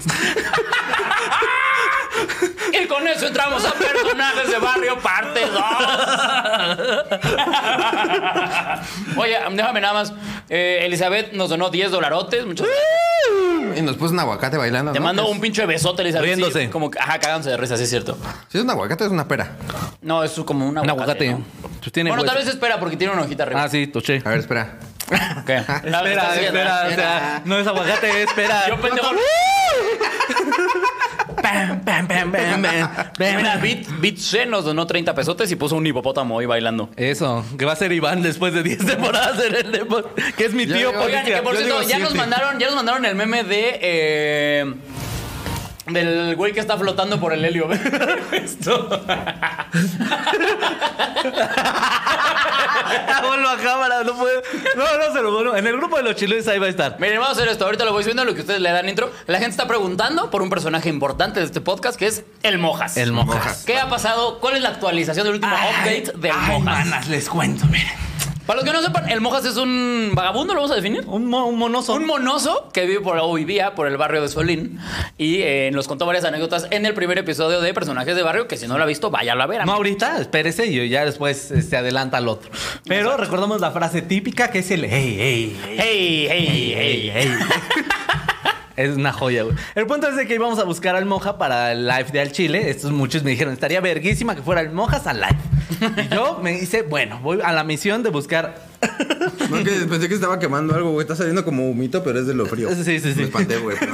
Y con Con eso entramos a personajes de barrio parte 2. Oye, déjame nada más. Eh, Elizabeth nos donó 10 dolarotes. Muchas gracias.
Y nos puso un aguacate bailando.
Te
¿no?
mando
¿Qué
un pinche besote, Elizabeth.
Ah, pues, Riéndose.
Sí, como, que- ajá, cagándose de risa, sí es cierto.
es? Si es un aguacate, es una pera.
No, es como un
Un
aguacate.
aguacate.
¿no?
Pues tiene
Bueno,
hueso.
tal vez espera porque tiene una hojita arriba.
Ah, sí, toché.
A ver, espera.
¿Qué? Tal vez está
Espera,
haciendo- ¿eh?
espera, o sea, no es aguacate, espera.
Yo pendejo.
Pam, pam, pam, pam, pam, pam.
Mira, Bit, Bit C nos donó 30 pesotes y puso un hipopótamo ahí bailando.
Eso, que va a ser Iván después de 10 temporadas en el deporte. Que es mi
Yo
tío
digo-
Oigan, y que por
Yo
cierto,
digo
ya nos
siete.
mandaron, ya nos mandaron el meme de eh, del güey que está flotando por el helio. Esto.
Ponlo Ah, a cámara, no puedo. No, no se lo pongo. En el grupo de los chiludes ahí va a estar.
Miren, vamos a hacer esto. Ahorita lo voy subiendo lo que ustedes le dan intro. La gente está preguntando por un personaje importante de este podcast que es el Mojas.
El Mojas.
¿Qué ha pasado? ¿Cuál es la actualización del último update del
Ay,
Mojas?
manas, les cuento, miren.
Para los que no sepan, el Mojas es un vagabundo, lo vamos a definir.
Un, mo- un monoso.
Un monoso que vive por, o vivía por el barrio de Solín y eh, nos contó varias anécdotas en el primer episodio de Personajes de Barrio, que si no lo ha visto, váyalo a ver.
No
amigo.
ahorita, espérese y ya después eh, se adelanta al otro. Pero recordamos la frase típica que es el hey, hey, hey.
Hey, hey, hey, hey.
Es una joya, güey. El punto es de que íbamos a buscar al Moja para el live de Al Chile. Estos muchos me dijeron, estaría verguísima que fuera el Mojas al live. Y yo me hice, bueno, voy a la misión de buscar.
No, que pensé que estaba quemando algo, güey. Está saliendo como humito, pero es de lo frío.
Sí, sí, sí.
Me espanté, güey. pero-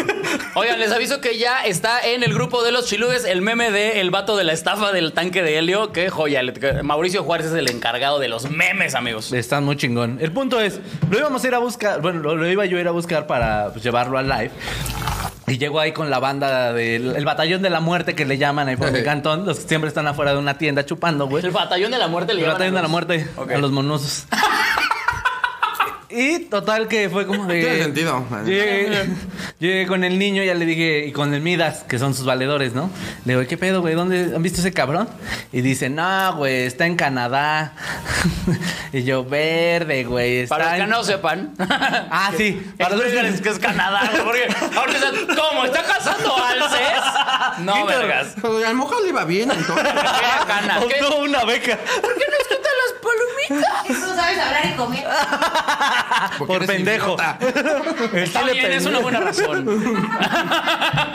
Oigan, les aviso que ya está en el grupo de los chiludes el meme de el vato de la estafa del tanque de helio. Qué joya. Le- que- Mauricio Juárez es el encargado de los memes, amigos.
Están muy chingón. El punto es, lo íbamos a ir a buscar, bueno, lo, lo iba yo a ir a buscar para pues, llevarlo al live. Y llego ahí con la banda del el batallón de la muerte que le llaman ahí por mi cantón. Los que siempre están afuera de una tienda chupando, güey.
El batallón de la muerte le
El
llaman
batallón de la
los-
muerte
Ok.
a los monosos. y total que fue como de...
Tiene sentido.
Llegué, llegué con el niño, ya le dije, y con el Midas, que son sus valedores, ¿no? Le digo, ¿qué pedo, güey? ¿Dónde han visto ese cabrón? Y dice, no, güey, está en Canadá. y yo, verde, güey. Está
Para los que
en-
no sepan.
Ah, sí. Para los
Explícales
que
que es Canadá, güey, porque ahora están, ¿cómo? ¿Está casando alces? No,
Quítalo.
vergas.
Pero al mojo le iba bien, entonces.
Era cana. ¿Qué?
Obtuvo una beca.
Eso no sabes hablar y comer.
Porque
Por
eres
pendejo.
idiota.
El
Está
chile
bien, es
pendejo.
una buena razón.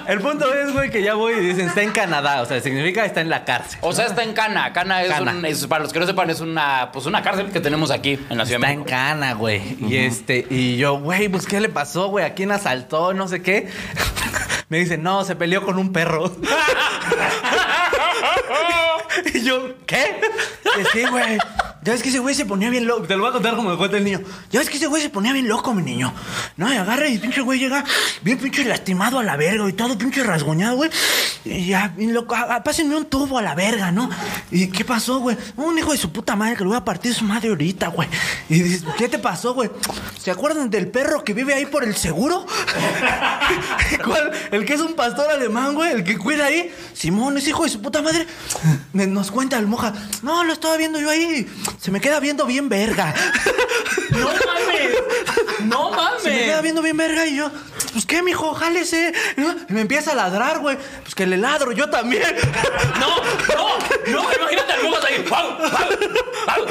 El punto es, güey, que ya voy y dicen, está en Canadá. O sea, significa está en la cárcel.
O sea, está en Cana. Cana es
Cana.
un. es- para los que no sepan, es una, pues una cárcel que tenemos aquí en la Ciudad
Está
de
en
México.
cana, güey. Y este, y yo, güey, pues qué le pasó, güey, a quién asaltó, no sé qué. Me dicen, no, se peleó con un perro. y yo, ¿qué? Que sí, güey. Ya ves que ese güey se ponía bien loco. Te lo voy a contar como me cuenta el niño. Ya ves que ese güey se ponía bien loco, mi niño. No, y agarra y pinche güey llega bien pinche lastimado a la verga y todo pinche rasguñado, güey. Y ya, bien loco. "Ah, ah, Pásenme un tubo a la verga, ¿no? ¿Y qué pasó, güey? Un hijo de su puta madre que le voy a partir su madre ahorita, güey. Y dices, ¿qué te pasó, güey? ¿Se acuerdan del perro que vive ahí por el seguro? ¿Cuál? El que es un pastor alemán, güey, el que cuida ahí. Simón, es hijo de su puta madre. Me- Nos cuenta el moja. No, lo estaba viendo yo ahí. Se me queda viendo bien verga.
No mames. No
Se me queda
mames.
viendo bien verga y yo, pues qué, mijo, jálese. ¿no? Y me empieza a ladrar, güey. Pues que le ladro yo también.
No, no, no, imagínate al Lucas ahí. ¡Pau, pau, pau!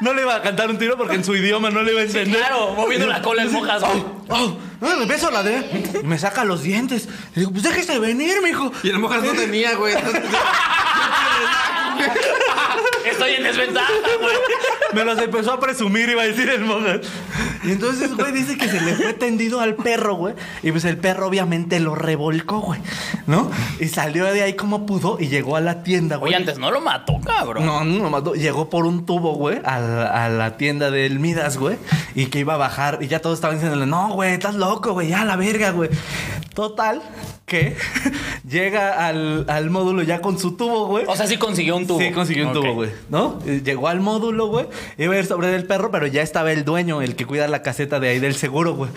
No le iba a cantar un tiro porque en su idioma no le iba a entender.
Claro, moviendo la cola en mojas.
Oh, no, me empiezo a ladrar. Y me saca los dientes. Le digo, pues déjese venir, mijo.
Y el mojas no tenía, güey. entonces-
Estoy en desventaja, güey.
Me los empezó a presumir, iba a decir el mojas. Y entonces, güey, dice que se le fue tendido al perro, güey. Y pues el perro obviamente lo revolcó, güey. ¿No? Y salió de ahí como pudo y llegó a la tienda, güey.
Oye, antes no lo mató, cabrón.
No, no, nomás no. llegó por un tubo, güey, a, la- a la tienda del Midas, güey, y que iba a bajar, y ya todos estaban diciéndole, no, güey, estás loco, güey, ya la verga, güey. Total, que llega al, al módulo ya con su tubo, güey.
O sea, sí consiguió un tubo.
Sí, consiguió un
Ok.
tubo, güey. ¿No? Eh, Llegó al módulo, güey. Iba a ir sobre el perro, pero ya estaba el dueño, el que cuida la caseta de ahí del seguro, güey.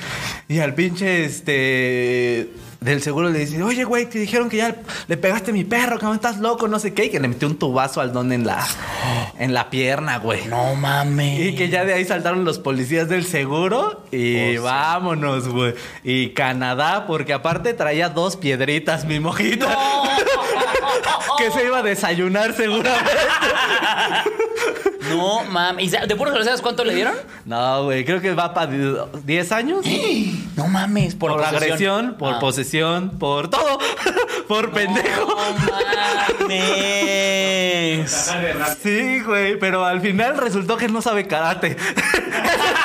Y al pinche, este. Del seguro le dice, oye, güey, te dijeron que ya le pegaste a mi perro, que no estás loco, no sé qué. Y que le metió un tubazo al don en la, en la pierna, güey.
No mames.
Y que ya de ahí saltaron los policías del seguro y vámonos, güey. Y Canadá, porque aparte traía dos piedritas, mi mojito. que se iba a desayunar seguramente.
No, mames. ¿Y sa- ¿De puro sabes cuánto le dieron?
No, güey, creo que va para 10 años.
No mames, por,
Por,
posesión.
agresión, por
Ah.
posesión, por todo. por pendejo.
No mames.
Sí, güey, pero al final resultó que no sabe karate.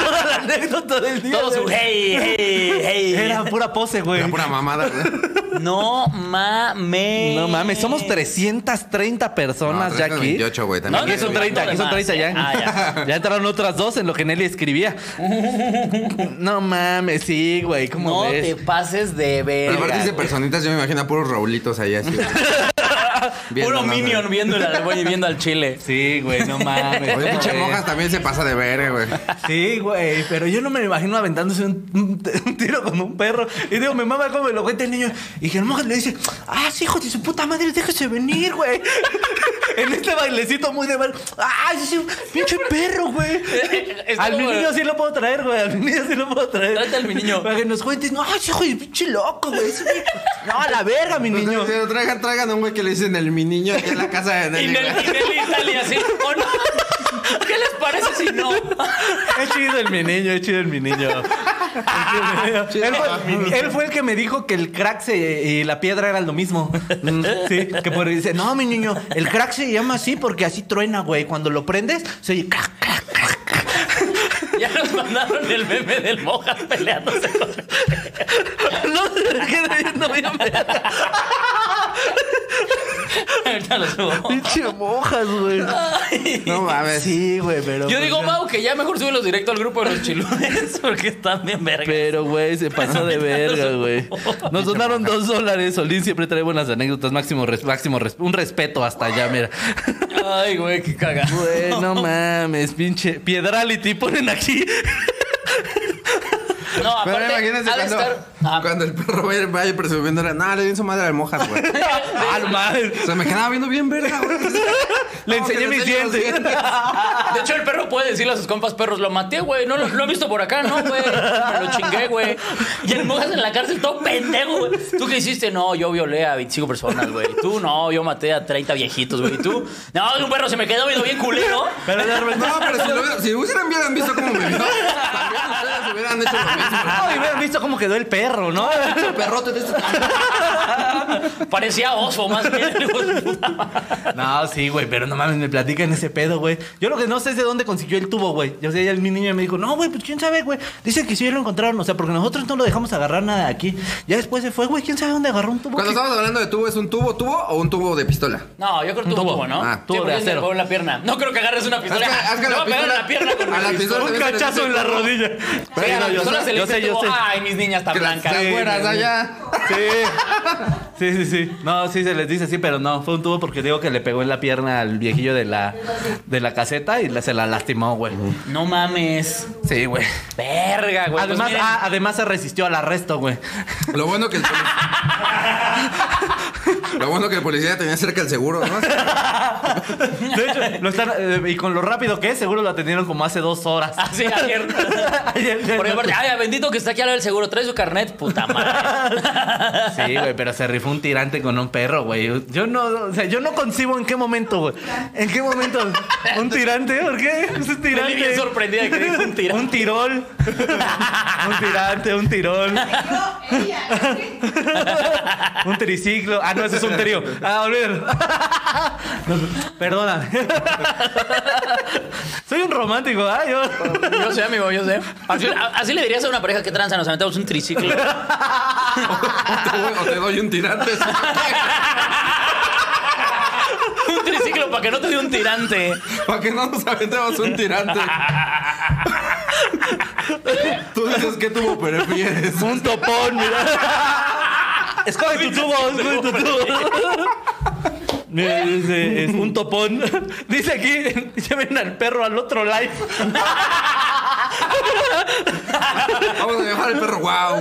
Toda la anécdota del día.
Todo su
güey.
hey, hey, hey.
Era pura pose, güey.
Era pura mamada.
No mames.
No mames, somos 330 personas ya aquí.
28, güey. También.
¿Dónde
Aquí son
está?
30, aquí son 30 ya.
Ah,
ya. entraron otras dos en lo que Nelly escribía. no mames, sí, güey, ¿cómo
No
ves?
te pases de
Pero
verga.
aparte dice
güey.
personitas, yo me imagino a puros raulitos ahí así.
Puro minion viéndola, güey, viendo al chile.
Sí, güey, no mames.
Oye,
¿cómo
pinche
ves?
mojas también se pasa de verga, güey.
Sí, güey, pero yo no me imagino aventándose un, un t- un tiro con un perro. Y digo, mi mamá como me lo cuenta el niño. Y que el monje le dice, ah, sí, hijo de su puta madre, déjese venir, güey. en este bailecito muy de mal. Ah, sí, sí, pinche perro, güey.
Está
Al
como-
niño sí lo puedo traer, güey. Al niño sí lo puedo traer.
Tráete al mi niño.
Para que nos cuentes, no, sí, hijo de pinche loco, güey. ese güey". No, a la verga, mi niño.
Pero Traigan, traigan a un güey que le dicen el mi niño aquí en la casa de
Y
Nelly.
Nelly,
güey.
y Nelly Italia, así. ¿O no? ¿Qué les parece si no?
Es chido el mi niño, es chido el mi niño. Es chido el mi niño. Él fue, él fue el que me dijo que el crack se- y la piedra eran lo mismo. Mm, Sí, que por dice, no, mi niño, el crack se llama así porque así truena, güey. Cuando lo prendes, se oye crack, crack, crack.
Ya nos mandaron el meme del Mojas peleándose con
No, ¿qué? no voy a ver.
Ahorita lo subo.
Pinche mojas, güey.
No mames.
Sí, güey, pero.
Yo digo,
pues,
Mau, que ya mejor súbelos directo al grupo de los chiludes porque están bien verga.
Pero, güey, se pasó de verga, güey. Nos donaron dos dólares. Solín siempre trae buenas anécdotas. Máximo, res- máximo res- un respeto hasta allá, mira.
Ay, güey, qué caga.
Güey, no mames, pinche. Piedrality ponen aquí.
No,
Pero
aparte,
imagínense
ha de
cuando,
estar... Ah,
cuando el perro vaya, vaya presumiendo, no, le di en su madre al mojas, güey.
Ah, no mames.
Se me quedaba viendo bien verga, güey.
Le
No, que
enseñé
le
mis
enseñe los
dientes.
de hecho, el perro puede decirle a sus compas perros, lo maté, güey. No lo, lo he visto por acá, no, güey. Me lo chingué, güey. Y el mojas en la cárcel todo pendejo, güey. ¿Tú qué hiciste? No, yo violé a 25 personas, güey. Tú no, yo maté a 30 viejitos, güey. ¿Y tú? No, un perro se me quedó viendo bien culero.
Pero de repente-
No, pero si, lo hubiera- si hubieran, hubieran visto cómo me vio, también ustedes hubieran hecho lo mismo.
Ay, hubieran visto cómo quedó el perro, ¿no?
Perrote de este
Parecía oso, más bien.
No, sí, güey, pero no mames, me platican ese pedo, güey. Yo lo que no sé es de dónde consiguió el tubo, güey. Yo sé, ya mi niña me dijo, no, güey, pues quién sabe, güey. Dicen que sí ya lo encontraron, o sea, porque nosotros no lo dejamos agarrar nada de aquí. Ya después se fue, güey, quién sabe dónde agarró un tubo.
Cuando
que-
estamos hablando de tubo, ¿es un tubo, tubo o un tubo de pistola?
No, yo creo que tuvo
tubo.
tubo, ¿no?
Ah,
Sí,
tubo
porque
de
se le
acero.
pegó en la pierna. No creo que agarres una pistola.
Hazga- hazga
Te va
la
a pegar en la pierna
pistola.
con
A
una
la
pistola.
pistola.
Un cachazo en la rodilla.
Sí, a la
Pero yo
pistola
sé-
se le Ah.
yo
hizo
sé, yo
tubo.
sé.
Ay, mis niñas tan
Que las
blancas.
las güeras allá.
Sí. Sí, sí, sí. No, sí se les dice así, pero no. Fue un tubo porque digo que le pegó en la pierna al viejillo de la, de la caseta y la- se la lastimó, güey.
No mames.
Sí, güey.
Verga, güey. Pues
Además,
miren,
ah, además se resistió al arresto, güey.
Lo bueno que el policía... Lo bueno que el policía tenía cerca el seguro, ¿no?
De hecho, lo están, eh, y con lo rápido que es, seguro lo atendieron como hace dos horas.
así Ah, ayer.
Ayer, ayer,
Por
no-
aparte, ay, bendito que está aquí al lado del seguro. Trae su carnet, puta madre.
Sí, güey, pero se rifó un tirante con un perro, güey. Yo no, o sea, yo no concibo en qué momento, güey. ¿En qué momento? ¿Un tirante? ¿Por qué? Es un tirante.
Nelly bien sorprendida de que dijo un tirante.
Un tirol. un tirante, un tirol.
Yo, ella, ¿sí?
Un triciclo. Ah, no, ese es un trío. Ah, olvídalo. No, perdóname. Soy un romántico, ah, yo.
Yo sé, amigo, yo sé. Así, a- así le dirías a una pareja que tranza, nos aventamos un triciclo.
O te, doy- o te doy un tirante. sí.
un triciclo para que no te dé un tirante.
Para que no nos aventemos un tirante. Tú dices que tubo prefieres.
Un topón, mira. Escoge tu tubo, escoge tu tubo. Mira, dice, es un topón. Dice aquí, lleven al perro al otro live.
Vamos a dejar al perro. Wow,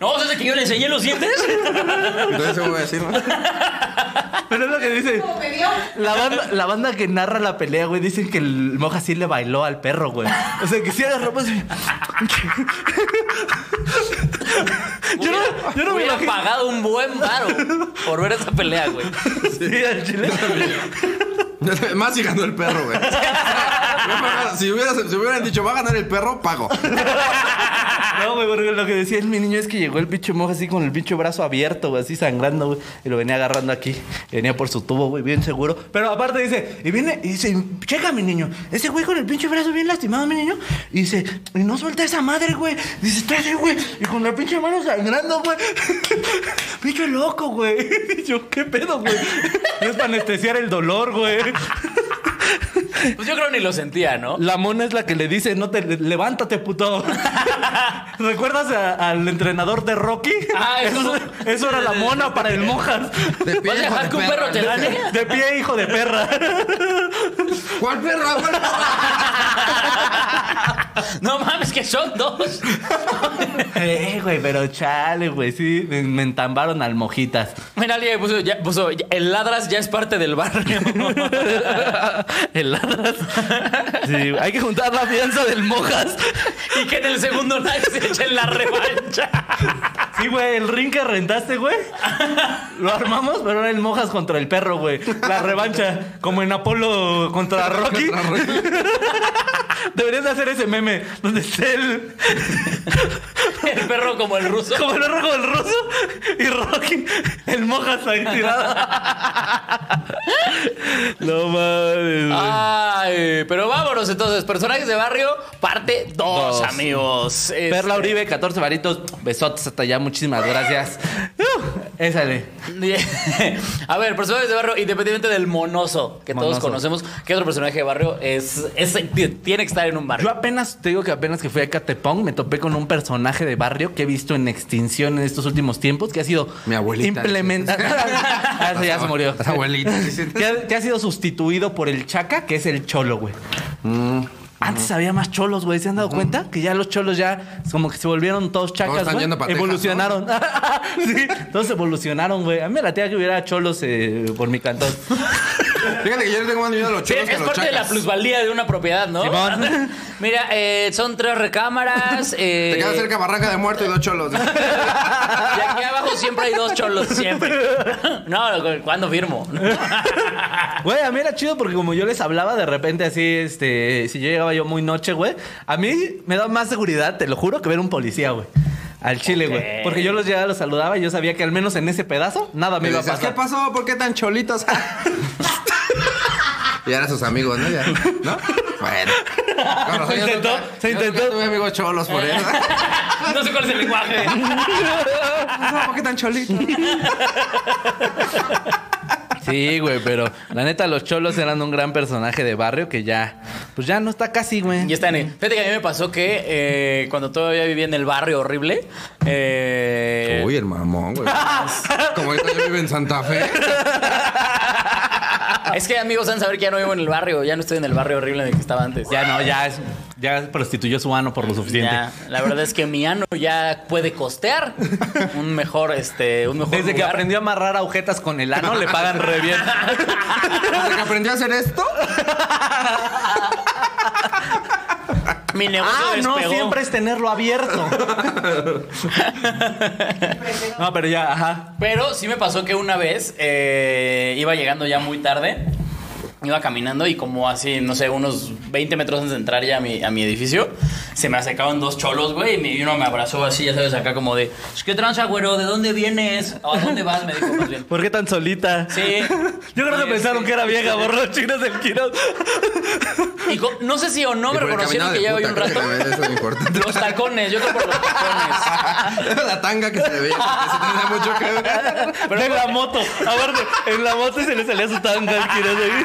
No, ¿sabes que yo le enseñé los dientes?
Entonces voy a decir, ¿no?
Pero es lo que dice.
Como me vio.
La banda, la banda que narra la pelea, güey, dicen que el moja sí le bailó al perro, güey. O sea, que sí agarró, pues, Yo no me
Hubiera
imagino.
pagado un buen varo por ver esa pelea, güey.
Sí, al chile.
Más si ganó el perro, güey. si, hubieras- si hubieran dicho, va a ganar el perro, pago.
No, güey, porque lo que decía el mi niño es que llegó el pinche moja así con el pinche brazo abierto, güey, así sangrando, güey. Y lo venía agarrando aquí. Y venía por su tubo, güey, bien seguro. Pero aparte dice, y viene, y dice, checa, mi niño. Ese güey con el pinche brazo bien lastimado, mi niño. Y dice, y no suelta esa madre, güey. Dice, está así, güey. Y con la pinche mano sangrando, güey. pinche loco, güey. Y yo, ¿qué pedo, güey? Y es para anestesiar el dolor, güey.
Pues yo creo ni lo sentía, ¿no?
La mona es la que le dice, no te levántate, puto. ¿Recuerdas a- al entrenador de Rocky?
Ah, eso
eso,
no.
eso era la mona para el mojas.
De pie,
¿Vas a
hijo
dejar
de
que un perro te gane?
De pie, hijo de perra.
¿Cuál perro? ¿Cuál perro?
No mames, que son dos.
Eh, güey, pero chale, güey, sí, me, me entambaron al mojitas.
Mira, alguien puso, ya, puso, ya- el ladras ya es parte del barrio.
El ladras. Sí, hay que juntar la fianza del mojas.
y que en el segundo live se echen la revancha.
Sí, güey, el ring que rentaste, güey. Lo armamos, pero era el mojas contra el perro, güey. La revancha, como en Apolo contra Rocky. Deberías de hacer ese meme donde esté el,
El perro como el ruso.
como el rojo del ruso y Rocky, el mojas ahí tirado. No mames. güey.
Ay, pero vámonos entonces. Personajes de barrio, parte 2,
Dos.
amigos. Este,
Perla Uribe, 14 varitos. Besotes hasta allá, muchísimas gracias. Uh, Ésale.
A ver, personajes de barrio, independientemente del monoso que todos
Monoso.
conocemos, ¿qué otro personaje de barrio es, es- tiene que estar en un
Yo
barrio?
apenas, te digo que apenas que fui a Catepong, me topé con un personaje de barrio que he visto en extinción en estos últimos tiempos, que ha sido
Mi abuelita.
implementado. ah, sí, ya se murió.
Las abuelitas, dicen.
que, ha, que ha sido sustituido por el chaca, que es el cholo, güey.
Mm.
Antes había más cholos, güey. ¿Se han dado cuenta? Que ya los cholos ya como que se volvieron todos chacas,
están
güey.
yendo pa' Texas,
Evolucionaron. sí, todos evolucionaron, güey. A mí me latía que hubiera cholos eh, por mi cantón.
Fíjate que yo le tengo más miedo a los
Sí,
cholos que
es
a los
parte de la
chacas.
plusvalía de una propiedad, ¿no?
Simón.
Mira, eh, son tres recámaras. eh,
Te queda cerca Barranca de Muerto y dos cholos.
Y aquí abajo siempre hay dos cholos, siempre. No, ¿cuándo firmo?
Güey, a mí era chido porque como yo les hablaba de repente así, este, si yo llegaba yo muy noche, güey, a mí me da más seguridad, te lo juro, que ver un policía, güey. Al chile, güey.
Ok.
Porque yo los llegaba, los saludaba y yo sabía que al menos en ese pedazo nada me
Me
iba a
decías, ¿qué
pasar.
pasó? ¿Por qué tan cholitos? y ahora sus amigos, ¿no? Ya, ¿No? Bueno. Con razón,
Se
yo
intentó,
nunca-
se
yo nunca
intentó.
Tuve amigos cholos por eso.
No sé cuál es el lenguaje.
¿Por qué tan cholitos?
Sí, güey, pero la neta, los cholos eran un gran personaje de barrio que ya, pues ya no está casi, güey.
Y están. eh. Fíjate que a mí me pasó que eh, cuando todavía vivía en el barrio horrible. eh,
Uy, el mamón, güey. Como ahorita yo vivo en Santa Fe.
es que amigos han de saber que ya no vivo en el barrio. Ya no estoy en el barrio horrible en el que estaba antes.
Ya no, ya es, ya prostituyó su ano por lo suficiente.
Ya, la verdad es que mi ano ya puede costear un mejor, este, un mejor
Desde que
lugar.
aprendió a amarrar agujetas con el ano, le pagan re bien.
Desde que aprendí a hacer esto,
Mi negocio
Ah, no,
despegó.
siempre es tenerlo abierto. no, pero ya, ajá.
Pero sí me pasó que una vez eh, iba llegando ya muy tarde. Iba caminando y como así, no sé, unos 20 metros antes de entrar ya a mi, a mi edificio, se me acercaban dos cholos, güey, y me- y uno me abrazó así, ya sabes, acá como de, ¿qué tranza, güero? ¿De dónde vienes? ¿O ¿A dónde vas? Me dijo más bien.
¿Por qué tan solita?
Sí.
Yo creo que
Sí,
pensaron
sí.
que era vieja, borrachinas del Quirón.
Y co- no sé si o no
Y
me
por el
reconocieron
caminado
que
de
ya voy un
puta, creo que
rato.
también eso es importante.
Los tacones, yo creo por los tacones.
la tanga que se le veía, porque se tenía mucho que ver.
Pero en la moto. Aparte, en la moto se le salía su tanga al Quirón. ahí.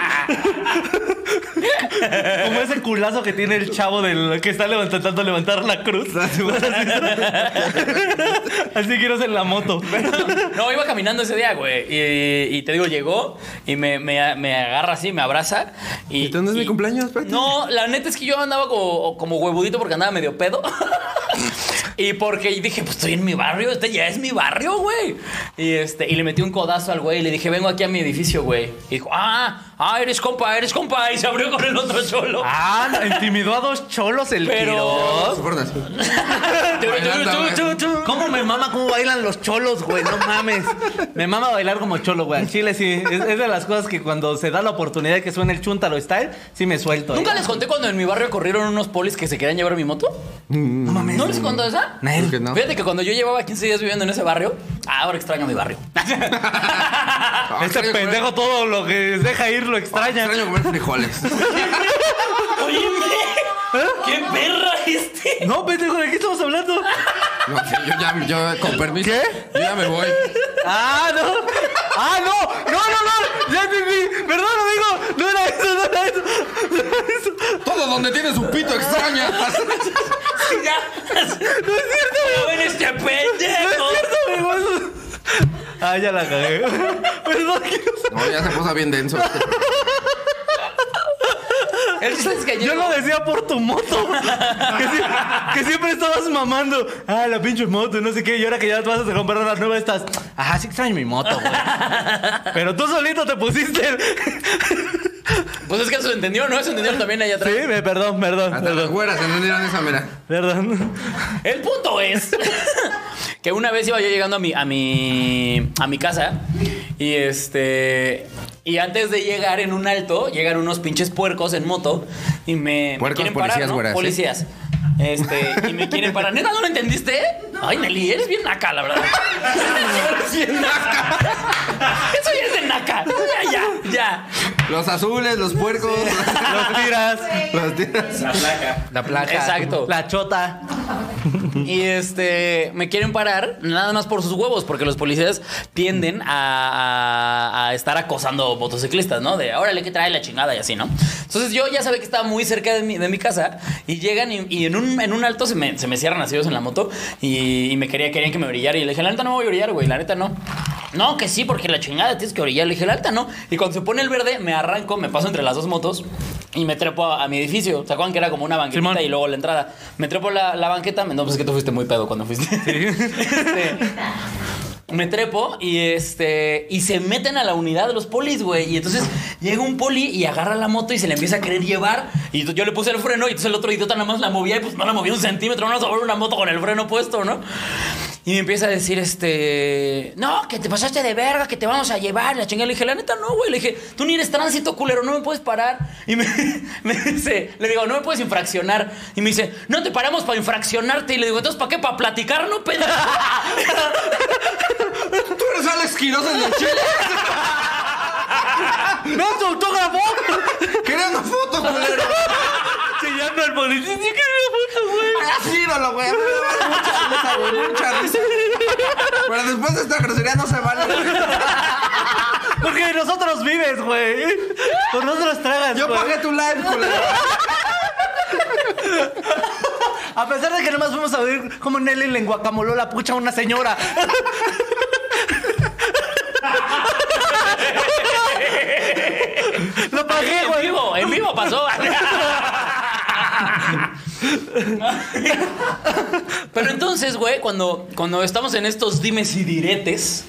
Como ese culazo que tiene el chavo del que está levantando levantar la cruz. Así Quirón en la moto.
No, iba caminando ese día, güey. Y, y te digo, llegó y me, me- me agarra así, me abraza. ¿Y,
¿Y tú no es mi cumpleaños, espérate?
No, la neta es que yo andaba como, como huevudito porque andaba medio pedo. y porque dije, pues estoy en mi barrio, este ya es mi barrio, güey. Y, este, y le metí un codazo al güey y le dije, vengo aquí a mi edificio, güey. Y dijo, ah, ah, eres compa, eres compa. Y se abrió con el otro solo.
Ah, no, intimidó a dos cholos el
Pero-
Quirón.
Soportas.
Tu, tu, tu, tu, tu.
¿Cómo me mama cómo bailan los cholos, güey? No mames. Me mama bailar como cholo, güey. Al Chile sí. Es, es de las cosas que cuando se da la oportunidad de que suene el chuntaro style, sí me suelto.
¿Nunca
¿eh?
les conté cuando en mi barrio corrieron unos polis que se querían llevar mi moto?
No mames.
¿No les conté esa?
Nel.
Creo que no.
Fíjate que cuando yo llevaba 15 días viviendo en ese barrio, ahora extraño mi barrio.
Ah,
Este
extraño comer-
pendejo todo lo que deja ir lo extraña.
Extraño comer frijoles.
Oye, qué perra este.
No, pendejo, ¿de qué estamos hablando?
No, sí, yo ya, yo, con permiso.
¿Qué?
Yo ya me voy.
¡Ah, no! ¡Ah, no! ¡No, no, no! ¡Ya entendí! ¡Perdón, amigo! ¡No era eso, no era eso! ¡No era eso!
Todo donde tienes un pito extraña.
Ya. No es cierto, ven este pendejo.
¡No es cierto, amigo! Eso- ¡Ah, ya la cagué! ¡Perdón! que-
No, ya se puso bien denso.
El chiste es que
Yo
yo
lo decía por tu moto. Que, sie- que siempre estabas mamando. Ah, la pinche moto, no sé qué. Y ahora que ya te vas a comprar una nueva, estás. Ah, sí extraño mi moto, güey. Pero tú solito te pusiste. el-
Pues es que eso se entendió, ¿no? Eso entendieron también allá atrás.
Sí, me- perdón, perdón.
Hasta las
Perdón.
güeras entendieron esa, mira.
Perdón.
El punto es que una vez iba yo llegando a mi, a mi, a mi casa y este... Y antes de llegar en un alto, llegan unos pinches puercos en moto y me, me
Puercos,
quieren parar,
policías,
¿no?
güeras, ¿eh? ¿sí?
Policías. Este, y me quieren parar. ¿Neta no lo entendiste? Ay, Nelly, eres bien naca, la verdad. Eres bien naca. Eso ya es de naca. Ya, ya, ya.
Los azules, los puercos.
Los tiras.
Los tiras.
La placa.
La placa.
Exacto.
La chota.
Y este, me quieren parar nada más por sus huevos, porque los policías tienden a, a- a estar acosando motociclistas, ¿no? De órale, que trae la chingada y así, ¿no? Entonces yo ya sabía que estaba muy cerca de mi, de mi casa y llegan y, y en, un, en un alto se me, se me cierran así ellos en la moto y, y me quería, querían que me brillara. Y le dije, la neta no me voy a brillar, güey, la neta no. No, que sí, porque la chingada tienes que orillar. Le dije, la alta no. Y cuando se pone el verde, me arranco, me paso entre las dos motos y me trepo a, a mi edificio. ¿Se acuerdan que era como una banquetita
Simón.
y luego la entrada? Me trepo la, la banqueta. No, pues es que tú fuiste muy pedo cuando fuiste. Este, me trepo y este. Y se meten a la unidad de los polis, güey. Y entonces llega un poli y agarra la moto y se la empieza a querer llevar. Y yo le puse el freno y entonces el otro idiota nada más la movía y pues no la movía un centímetro. No vas a mover una moto con el freno puesto, ¿no? Y me empieza a decir, este. No, que te pasaste de verga, que te vamos a llevar. La chingada. Le dije, la neta, no, güey. Le dije, tú ni eres tránsito, culero, no me puedes parar. Y me, me dice, le digo, no me puedes infraccionar. Y me dice, no te paramos para infraccionarte. Y le digo, entonces, ¿para qué? ¿Para platicar, no, pendejo?
Tú eres Alex Quiroz en el chile.
¡No su autógrafo!
Quería una foto, culero.
Chillando al policía. Sí, que no, güey.
Gíralo, güey. Me da Mucha risa, güey. Mucha risa. Pero después de esta grosería no se vale.
Porque de nosotros vives, güey. Por nosotros tragas,
Yo
güey.
pagué tu live, culero.
A pesar de que nomás fuimos a ver cómo Nelly le enguacamoló la pucha a una señora. Lo pagué,
en
güey.
vivo, en vivo pasó. Pero entonces, güey, cuando, cuando estamos en estos dimes y diretes,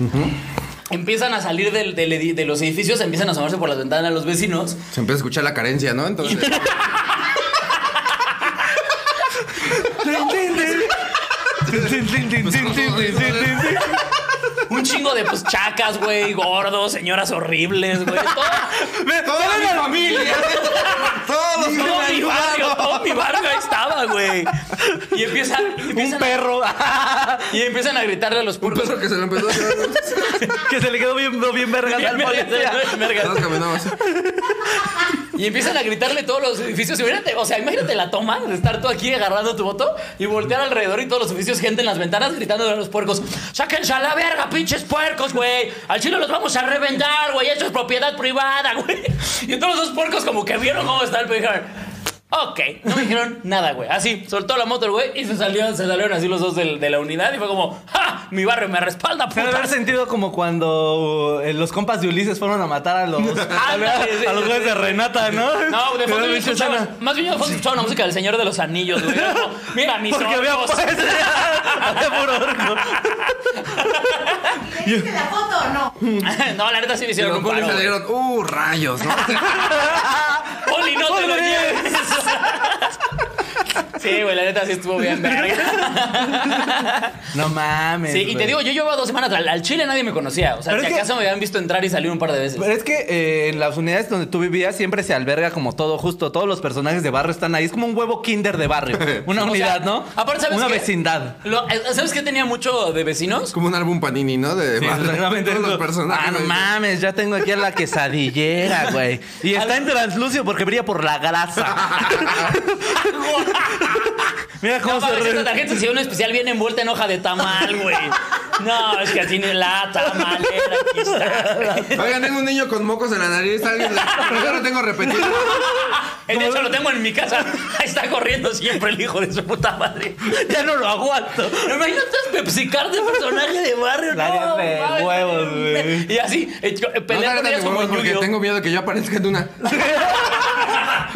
empiezan a salir del- del edi- de los edificios, empiezan a asomarse por las ventanas los vecinos.
Se empieza a escuchar la carencia, ¿no? Entonces.
Un chingo de pues chacas, güey, gordos, señoras horribles, güey. Todo,
Toda mi familia. Todos me
todo
han
mi barrio,
ayudado.
todo mi barrio ahí estaba, güey. Y empiezan,
Un
empiezan a-
perro
y empiezan a gritarle a los
Un
puercos.
perro que se lo empezó a hacer.
que se le quedó bien, bien vergas al policía.
Vergas.
Todos caminamos.
Y empiezan a gritarle todos los edificios. Imagínate, o sea, imagínate la toma de estar tú aquí agarrando tu moto y voltear alrededor y todos los edificios, gente en las ventanas gritando a los puercos: ¡Sáquense a la verga, pinches puercos, güey! ¡Al chino los vamos a reventar, güey! ¡Eso es propiedad privada, güey! Y todos los puercos, como que vieron cómo está el güey, dijeron, Ok, no me dijeron nada, güey. Así, soltó la moto el güey y se salieron, se salieron así los dos del- de, la unidad y fue como, ¡Ja! Mi barrio me respalda,
Se debe haber
puta.
sentido como cuando eh, los compas de Ulises fueron a matar a los, a,
Ándale, Ah, sí,
a los
sí,
güeyes
sí.
de Renata, ¿no?
No, de
Pero
fondo yo
pinche
escuchaba,
escena.
más bien yo de fondo escuchaba la música del Señor de los Anillos, güey. Era como, Mira, mis
Porque había
ojos.
había puro orco.
¿Le diste la foto o no?
No, la neta sí me
Y
hicieron
los
un
polis
paro.
se
güey.
dieron, uh, rayos, ¿no?
Poli, no te lo
¡Pobre!
lleves. Sí, güey, la neta sí estuvo bien verga.
No mames.
Sí, y te
güey.
digo, yo llevaba dos semanas. Al, al Chile nadie me conocía. O sea,
Pero
si
es que-
acaso me habían visto entrar y salir un par de veces.
Pero es que eh, en las unidades donde tú vivías siempre se alberga como todo, justo todos los personajes de barrio están ahí. Es como un huevo kinder de barrio. Una
O sea,
unidad, ¿no?
Aparte, ¿sabes
Una
qué?
vecindad.
Lo- eh, ¿Sabes qué tenía mucho de vecinos?
Es como un álbum panini, ¿no? De
Sí, exactamente.
todos los personajes.
Ah, no
ahí.
mames, ya tengo aquí a la quesadillera, güey. Y está en translúcido porque brilla por la grasa. Mira cómo
No,
se
mames,
re-
esta tarjeta si un especial viene envuelta en hoja de tamal, güey. No, es que así ni la tamalera aquí está.
Oigan, tengo un niño con mocos en la nariz. alguien le- Yo lo tengo repetido.
De hecho, lo tengo en mi casa. Ahí está corriendo siempre el hijo de su puta madre.
Ya no lo aguanto.
Imagínate pepsicar de personaje de barrio,
Darías
no.
de
mames.
huevos, güey.
Y así, eh, yo, eh,
No
pelear
tardan
con ellos
de
como
huevos
en
porque
Yu-Gi-Oh.
tengo miedo que yo aparezca en una.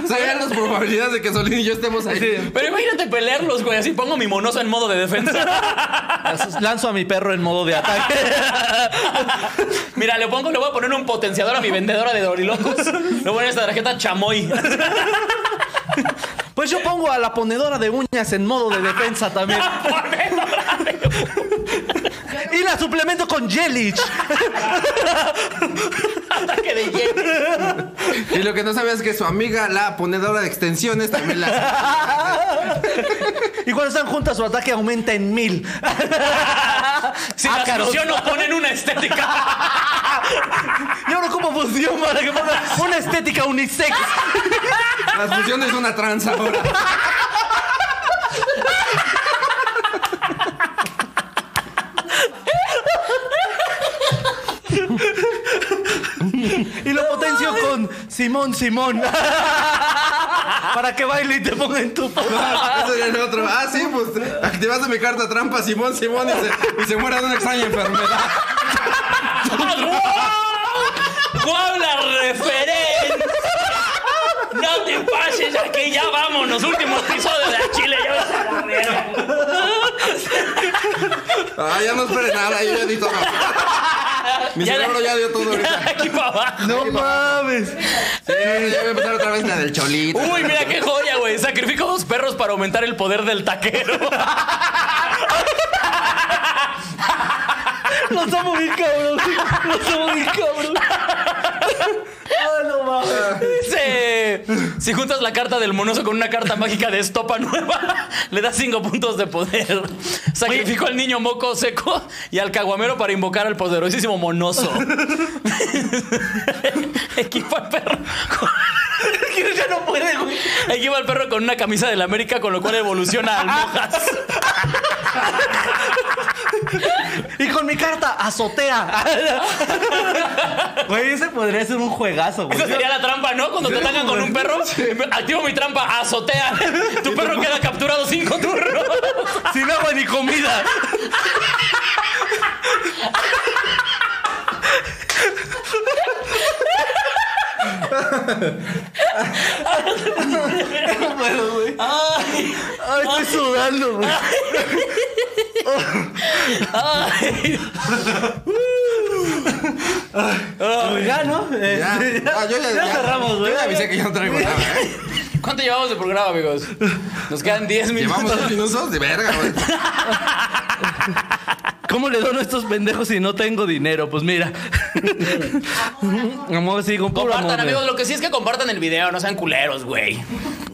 O sea, vean las probabilidades de que Solín y yo estemos ahí.
Pero imagínate pelearlos, güey. Así pongo mi monoso en modo de defensa.
Lanzo a mi perro en modo de ataque.
Mira, le pongo, le voy a poner un potenciador a mi vendedora de dorilocos. Le voy a poner esta tarjeta chamoy.
Pues yo pongo a la ponedora de uñas en modo de defensa también. Y la suplemento con Jelich.
Ataque de hielo.
Y lo que no sabía es que su amiga, la ponedora de extensiones, también la.
Y cuando están juntas, su ataque aumenta en mil.
Si la
Ácaros.
solución no ponen una estética.
Y ahora, ¿cómo funciona para que ponga una estética unisex?
Las fusiones es una tranza ahora.
Y lo potencio con Simón Simón. Para que baile y te ponga en tu
Ah, Eso ya es otro. Ah, sí, pues activaste mi carta trampa, Simón, Simón, y se, y se muera de una extraña enfermedad.
¡Guau! ¡Guau la referencia! No te pases aquí, ya vámonos. Último episodio de la Chile, ya vas a la verga.
Ah, ya no esperé nada, yo ya di todo. Mi
Ya
cerebro
la-
ya dio todo ahorita.
Aquí para abajo.
No mames.
Sí, ya voy a empezar otra vez la del cholito.
Uy, mira qué joya, güey. Sacrifico dos perros para aumentar el poder del taquero.
Los amo bien, cabrón. Los amo bien, cabrón. Ah, no mames.
Dice: Si juntas la carta del monoso con una carta mágica de estopa nueva, le das cinco puntos de poder. Sacrifico al niño moco seco y al caguamero para invocar al poderosísimo monoso. Equipo al perro. con-
Ya no puede, güey.
Equipo al perro con una camisa del América, con lo cual evoluciona al mojas.
Y con mi carta, azotea. Güey, ese podría ser un juegazo, güey.
Esa sería la trampa, ¿no? Cuando te atacan con un perro, activo mi trampa, azotea. Tu perro queda capturado cinco turnos.
Sin agua ni comida. Ay, estoy sudando, güey. Ay, Ya, ¿no? Eh,
Ya,
sí, ya.
Ah, yo ya,
Ya cerramos, güey.
Yo ya avisé que yo no traigo nada, ¿eh?
¿Cuánto llevamos de programa, amigos? Nos quedan 10 minutos.
Llevamos dos minutos de verga, güey.
¿Cómo le dono a estos pendejos si no tengo dinero? Pues mira. Amor, sí, con puro amor.
Compartan,
güey.
amigos. Lo que sí es que compartan el video, no sean culeros, güey.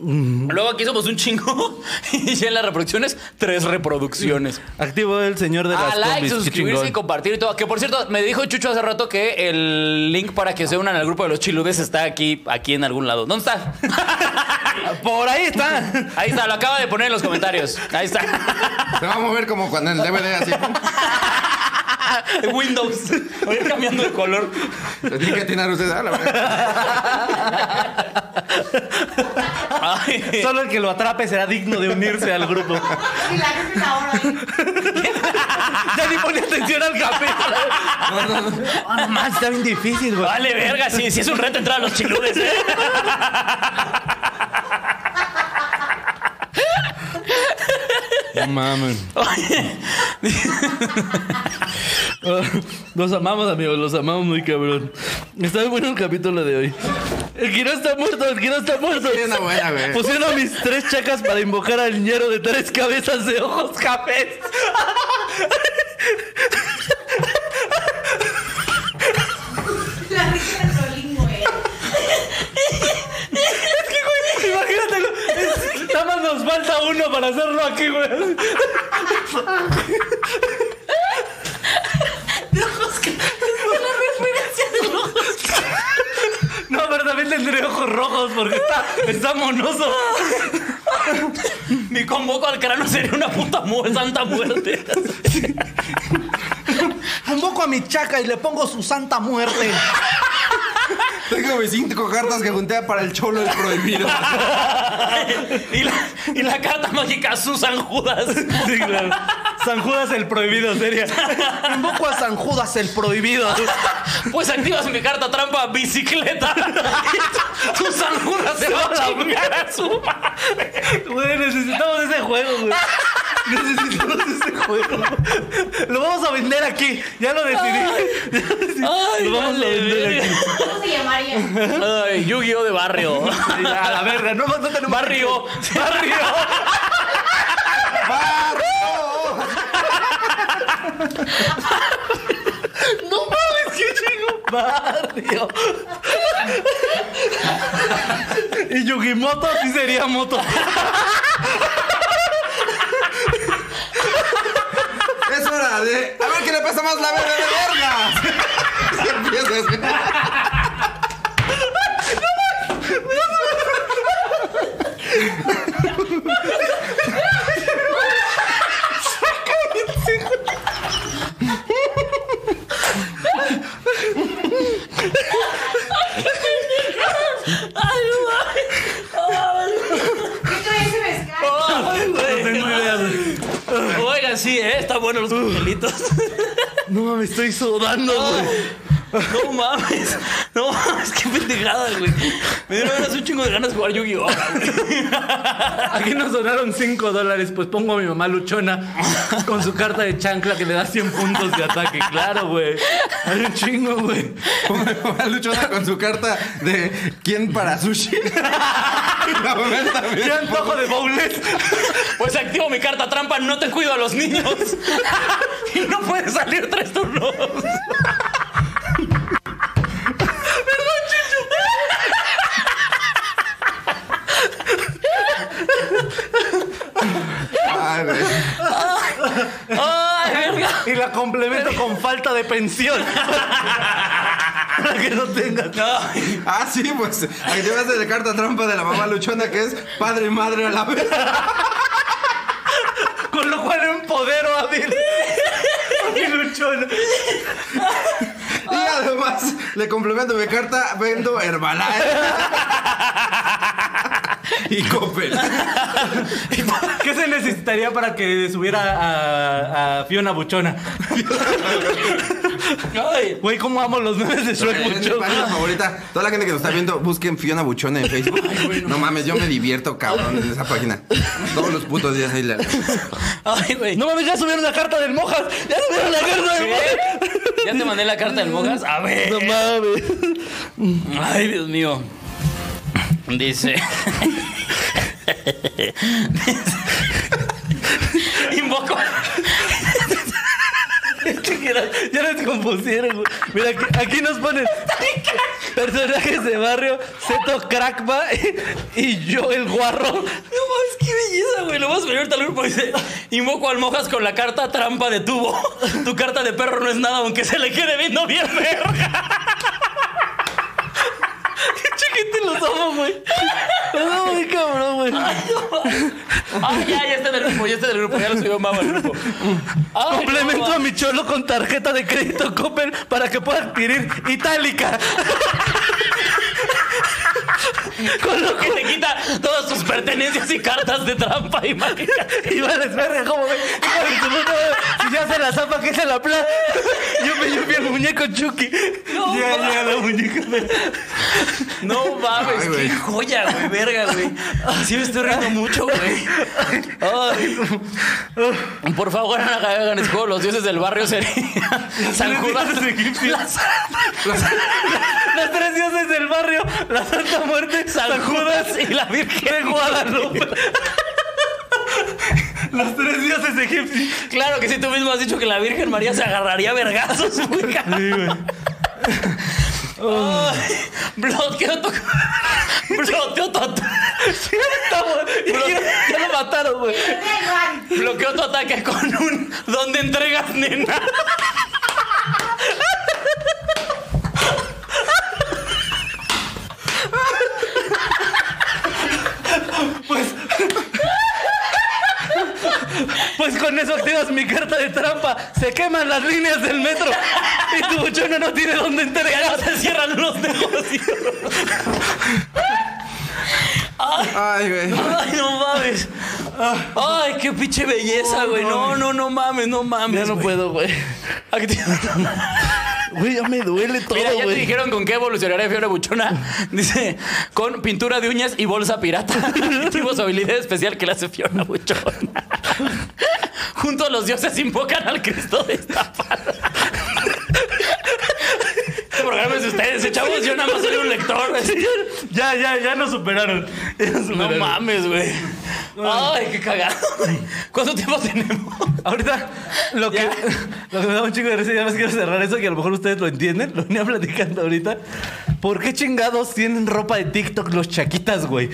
Mm.
Luego aquí somos un chingo y ya en las reproducciones, tres reproducciones.
Activo el señor de las
A like,
combis, qué
suscribirse
chingón.
y compartir y todo. Que por cierto, me dijo Chucho hace rato que el link para que se unan al grupo de los chiludes está aquí, aquí en algún lado. ¿Dónde está?
Por ahí está.
Ahí está, lo acaba de poner en los comentarios. Ahí está.
Se va a mover como cuando en el DVD así.
Windows. Voy a ir cambiando de color.
Le tiene que atinar usted, ah, la verdad.
Ay.
Solo el que lo atrape será digno de unirse al grupo.
Y la gente ahora ahí.
ya ni pone atención al capítulo. No, Ah, no, más, está bien difícil, güey.
Vale, verga, sí, sí es un reto entrar a los chiludes, ¿eh?
No mames. los amamos, amigos, los amamos muy cabrón. Está muy bueno el capítulo de hoy. El Guirón está muerto, el Guirón está muerto.
Sí, una buena, güey.
Pusieron a mis tres chacas para invocar al ñero de tres cabezas de ojos cafés.
La risa del Rolingo, eh.
Imagínatelo. es- Nada más nos falta uno para hacerlo aquí, güey.
De ojos que. Es la referencia de los ojos
No, pero también tendré ojos rojos porque está, está monoso.
Ni convoco al cráneo sería una puta muerte, santa muerte.
Invoco a mi chaca y le pongo su santa muerte.
Tengo mis cinco cartas que junté para el cholo el prohibido.
y, la, y la carta mágica Susan Judas.
Sí, claro. San Judas el prohibido sería. Invoco a San Judas el prohibido.
Pues activas mi carta trampa bicicleta. Susan Judas se va a chingar a su madre.
Güey, necesitamos ese juego, güey. Necesitamos ese juego. Lo vamos a vender aquí. Ya lo decidí.
Ay,
lo vamos a
vale,
vender
verga.
aquí.
¿Cómo se llamaría?
Ay, Yu-Gi-Oh de barrio.
Sí, A la verga, no, no tenemos.
Barrio.
Barrio.
Ah,
No mames, qué chingo. Barrio. Y Yugimoto sí sería moto.
Es hora de. A ver qué le pasa más la verga de verga. Se empieza a hacer-
¿Qué trae ese
Oh.
mezcal?
Ay, güey. Oigan, sí, ¿eh? están buenos los congelitos.
No mames, estoy sudando, güey.
No mames. No mames, qué pendejada, güey. Me dieron ganas un chingo de ganas de jugar Yu-Gi-Oh! ahora, güey.
Aquí nos donaron 5 dólares, pues pongo a mi mamá luchona con su carta de chancla que le da 100 puntos de ataque. Claro, güey. Hay un chingo, güey.
Una luchona con su carta de quién para sushi. La mujer
¡Qué
también.
antojo de bowls!
Pues activo mi carta trampa, no te cuido a los niños. Y no puedes salir tres turnos.
Ay, Ah, güey.
Ay, verga.
Y la complemento con falta de pensión. Para que no tengas.
No.
Ah, sí, pues. Activaste la carta trampa de la mamá luchona que es padre y madre a la vez.
Con lo cual empodero a mi, a mi luchona.
Y además le complemento mi carta, vendo Herbalife. Y Coppel.
¿Qué se necesitaría para que subiera a, a Fiona Buchona?
Ay.
Güey, ¿cómo amo los memes de Shrek
Es mi
Buchona?
página favorita. Toda la gente que nos está viendo, busquen Fiona Buchona en Facebook. no. mames, yo me divierto, cabrón, en esa página. Todos los putos días ahí la.
Ay, güey.
No mames, ya subieron la carta Ah, del Mojas. Ya subieron la carta del Mojas.
¿Qué? ¿Ya te mandé la carta del Mogas? A ver.
No mames.
Ay, Dios mío. Dice. Invoco.
Ya les compusieron, güey. Mira, aquí, aquí nos ponen personajes de barrio, Zeto Crackba y yo el guarro.
No mames, qué belleza, güey. Lo vamos a poner ahorita al grupo. Dice: Invoco al Mojas con la carta trampa de tubo. Tu carta de perro no es nada, aunque se le quede viendo bien, verga.
Chiquete los ojos, güey. No, muy cabrón, güey.
Ay, ya, ya está en el grupo, ya está en el grupo. Ya lo subió Mau al grupo. Ay,
Complemento
no,
a mi cholo con tarjeta de crédito Coppel para que pueda adquirir Itálica.
Con lo que te quita todas tus pertenencias y cartas de trampa y magia.
Y va a desverga, ¿cómo ve? Hijo de su puta madre, Si ya se la zapa, que se la plata. Yo me yo vi al muñeco Chucky.
No,
ya,
ma-
ya, la muñeca. de-
No mames,
Ay,
qué
güey.
joya, güey, verga, güey. Sí me estoy riendo mucho, güey. Ay. Por favor, no hagan ese juego. Los dioses del barrio serían San Judas. Las-
Las tres dioses del barrio, la Santa Muerte,
San Judas y la Virgen de Guadalupe.
los tres dioses de Egipcio.
Claro que sí, tú mismo has dicho que la Virgen María se agarraría a vergazos, güey.
Sí, güey.
Ay, Bloqueo tu. Bloqueo tu ataque. Ya lo mataron, güey.
Iván.
Bloqueo tu ataque con un. ¿Dónde entregas, nena?
Pues con eso activas mi carta de trampa. Se queman las líneas del metro. Y tu buchona no tiene dónde
Ya
entregar.
no se cierran los negocios.
Ay, güey.
Ay, no mames. Ay, qué pinche belleza, güey. No, no, no mames, no mames.
Ya no
güey.
puedo, güey.
Acti-
Güey, ya me duele todo,
Mira, ya te
güey.
dijeron con qué evolucionaría Fiebre Buchona. Dice, con pintura de uñas y bolsa pirata. Activo su habilidad especial que le hace Fiona Buchona. Junto a los dioses invocan al Cristo de esta Este programa es de ustedes, chavos. Yo nada más soy un lector.
Ya, ya, ya nos superaron. Ya nos
No
superaron.
mames, güey. Ay, qué cagado. güey. ¿Cuánto tiempo tenemos?
Ahorita, lo que,
Ya.
lo que me da un chingo de risa, y además quiero cerrar eso, que a lo mejor ustedes lo entienden, lo venía platicando ahorita. ¿Por qué chingados tienen ropa de TikTok los chaquitas, güey?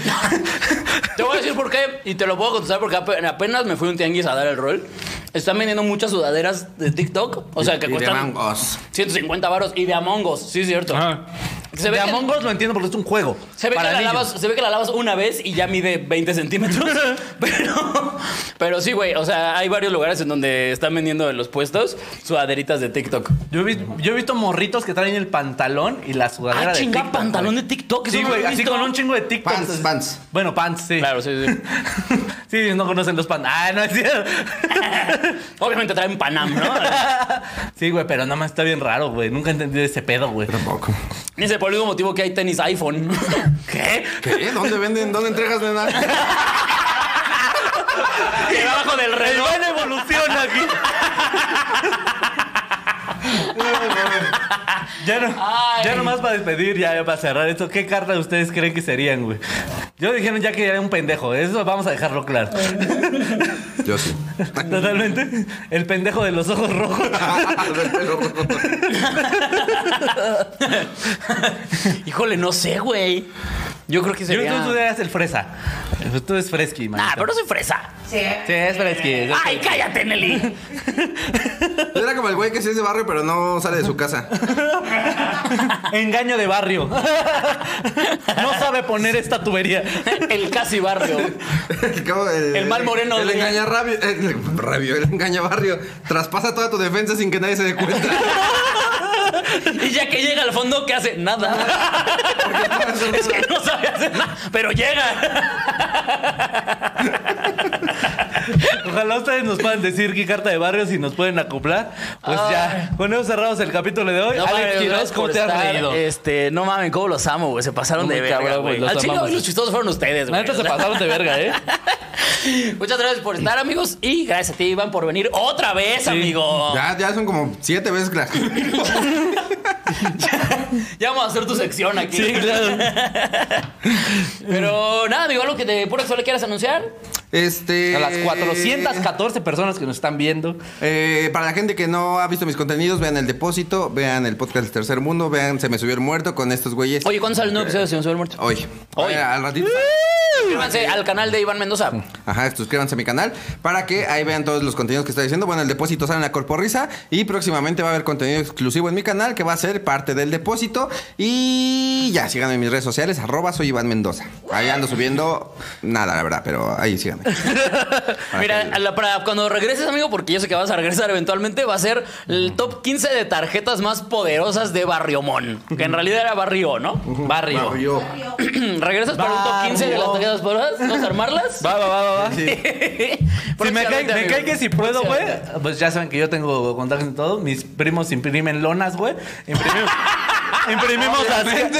Te voy a decir por qué y te lo puedo contestar porque ape- apenas me fui a un tianguis a dar el rol. Están vendiendo muchas sudaderas de TikTok, o sea, que
Y de
cuestan
mangos.
150 varos y de Among Us, sí es cierto. Se ve
de
que-
Among Us lo entiendo porque es un juego.
Se ve, que
para
la
niños.
lavas, se ve que la lavas una vez y ya mide 20 centímetros. Pero, pero sí, güey. O sea, hay varios lugares en donde están vendiendo en los puestos sudaderitas de TikTok.
Yo he, vi- yo he visto morritos que traen el pantalón y la sudadera
Ah,
de
chinga,
TikTok.
pantalón
güey.
de TikTok. eso
Sí,
no lo
güey,
he
así
visto.
con un chingo de TikTok.
Pants, pants.
Bueno, pants, sí.
Claro, sí, sí.
sí, no conocen los pants. Ah, no es cierto.
Obviamente traen Panam, ¿no?
sí, güey, pero nada más está bien raro, güey. Nunca entendí ese pedo, güey.
Tampoco.
Dice por el mismo motivo que hay tenis iPhone. ¿Qué?
¿Qué? ¿Dónde venden? ¿Dónde entregas, nena?
Que Debajo del
El
reloj.
van evoluciona aquí. ya no,
Ay.
ya nomás para despedir, ya, ya para cerrar esto, ¿qué carta ustedes creen que serían, güey? Yo dijeron ya que era un pendejo, eso vamos a dejarlo claro.
Yo sí.
Totalmente. El pendejo de los ojos rojos.
Híjole, no sé, güey. Yo creo que
Yo tú, tú
sería...
eras el fresa. Tú eres fresqui, man.
Ah, pero Ah. no soy fresa.
Sí.
Sí, es fresqui. es fresqui.
Ay, cállate, Nelly.
Era como el güey que sí es de barrio, pero no sale de su casa.
Engaño de barrio. no sabe poner esta tubería.
El casi barrio.
Como
El mal moreno
El
de-
engaña rabio. El, rabio, el engaña barrio. Traspasa toda tu defensa sin que nadie se dé cuenta.
Y ya que llega al fondo, ¿qué hace? Nada. Es que no sabe hacer nada, pero llega.
Ojalá ustedes nos puedan decir qué carta de barrio si nos pueden acoplar. Pues ya, con eso cerramos el capítulo de hoy.
Ah. No mames,
Alex Quiroz,
gracias
¿cómo
por
te has
estar,
reído?
Este, no mames, cómo los amo, güey. Se pasaron
No,
de
muy
verga,
cabrón,
güey.
güey, los
Al chile,
amamos.
hoy los chistosos fueron ustedes, güey.
La neta se
O sea,
pasaron de verga, ¿eh?
Muchas gracias por estar, amigos. Y gracias a ti, Iván, por venir otra vez, amigo.
Ya, ya son como siete veces las.
Ya vamos a hacer tu sección aquí.
Sí, claro.
Pero nada, amigo, algo que de pura le quieras anunciar.
Este.
A las 414 personas que nos están viendo.
Eh, para la gente que no ha visto mis contenidos, vean El Depósito, vean el podcast del Tercer Mundo, vean Se Me Subió el Muerto con estos güeyes.
Oye, ¿cuándo sale el nuevo episodio de Si me sube el muerto?
Hoy.
Hoy.
Oye, al ratito.
Suscríbanse al canal de Iván Mendoza.
Ajá, suscríbanse a mi canal para que ahí vean todos los contenidos que estoy haciendo. Bueno, el depósito sale en la Corporrisa y próximamente va a haber contenido exclusivo en mi canal que va a ser parte del depósito. Y ya, síganme en mis redes sociales, arroba soy Iván Mendoza. Ahí ando subiendo. Nada, la verdad, pero ahí síganme.
Ah,
Para
Mira,
que-
a la- para cuando regreses, amigo, porque yo sé que vas a regresar eventualmente, va a ser el top 15 de tarjetas más poderosas de Barriomón. Que en realidad era Barrio, ¿no? Barrio.
Barrio.
Barrio.
¿Regresas para un top 15 de las
Barrio.
tarjetas poderosas? ¿Vas a armarlas?
Va, va, va, va. va.
Sí.
si
Si me cae, me cae que si puedo, güey. Pues ya saben que yo tengo contactos en todo. Mis primos imprimen lonas, güey. Imprimimos. imprimimos las.
Obviamente.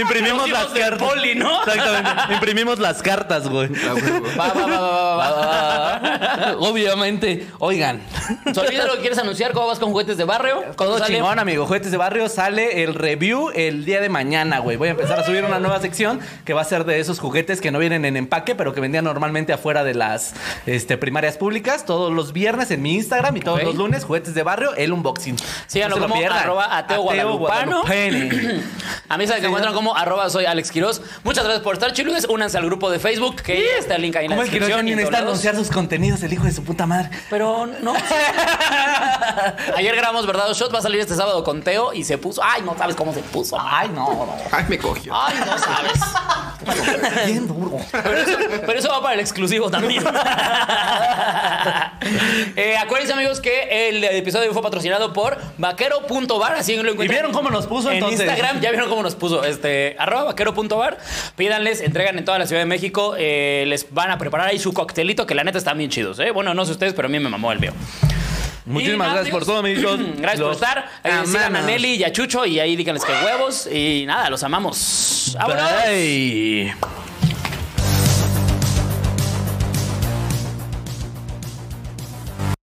Imprimimos, imprimimos las
Los hijos del
cartas.
poli, ¿no?
Exactamente. Imprimimos las cartas, güey.
Ah, huevo.
Va, va, va, va, va, va, va.
Obviamente. Oigan.
¿Se olvida lo que quieres anunciar? ¿Cómo vas con juguetes de barrio? ¿Cuándo
Todo
sale?
chingón, amigo. Juguetes de barrio sale el review el día de mañana, güey. Voy a empezar a subir una nueva sección que va a ser de esos juguetes que no vienen en empaque, pero que vendían normalmente afuera de las este, primarias públicas todos los viernes en mi Instagram y todos
Ok.
los lunes juguetes de barrio, el unboxing.
Síganlo
se lo
como
pierdan.
arroba ateo guadalupano.
guadalupano.
A mí se me encuentran como arroba soy Alex Quiroz. Muchas gracias por estar, chiludes. Únanse al grupo de Facebook, que está el link ahí en la
¿Cómo es que no
descripción. y en
tienen
todos
está
lados.
anunciar sus contenidos el hijo de su puta madre?
Pero no. Ayer grabamos Verdad o Shot, va a salir este sábado con Teo y se puso. Ay, no sabes cómo se puso.
Ay, no, no.
Ay, me cogió.
Ay, no sabes.
Bien duro.
Pero eso, pero eso va para el exclusivo también. Eh, acuérdense, amigos, que el episodio fue patrocinado por vaquero.bar. Así lo encuentran.
¿Y vieron cómo nos puso,
en
entonces?
Instagram? Ya vieron cómo nos puso. Este, arroba vaquero.bar. Pídanles, entregan en toda la Ciudad de México. eh, les van a preparar ahí su coctelito, que la neta están bien chidos. ¿eh? Bueno, no sé ustedes, pero a mí me mamó el mío. Y
Muchísimas
nada,
gracias por
amigos.
todo, amigos.
Gracias por
Los
estar. Eh, sigan a
amamos.
Nelly y a Chucho y ahí díganles que huevos. Y nada, los amamos. ¡Vámonos!
Bye.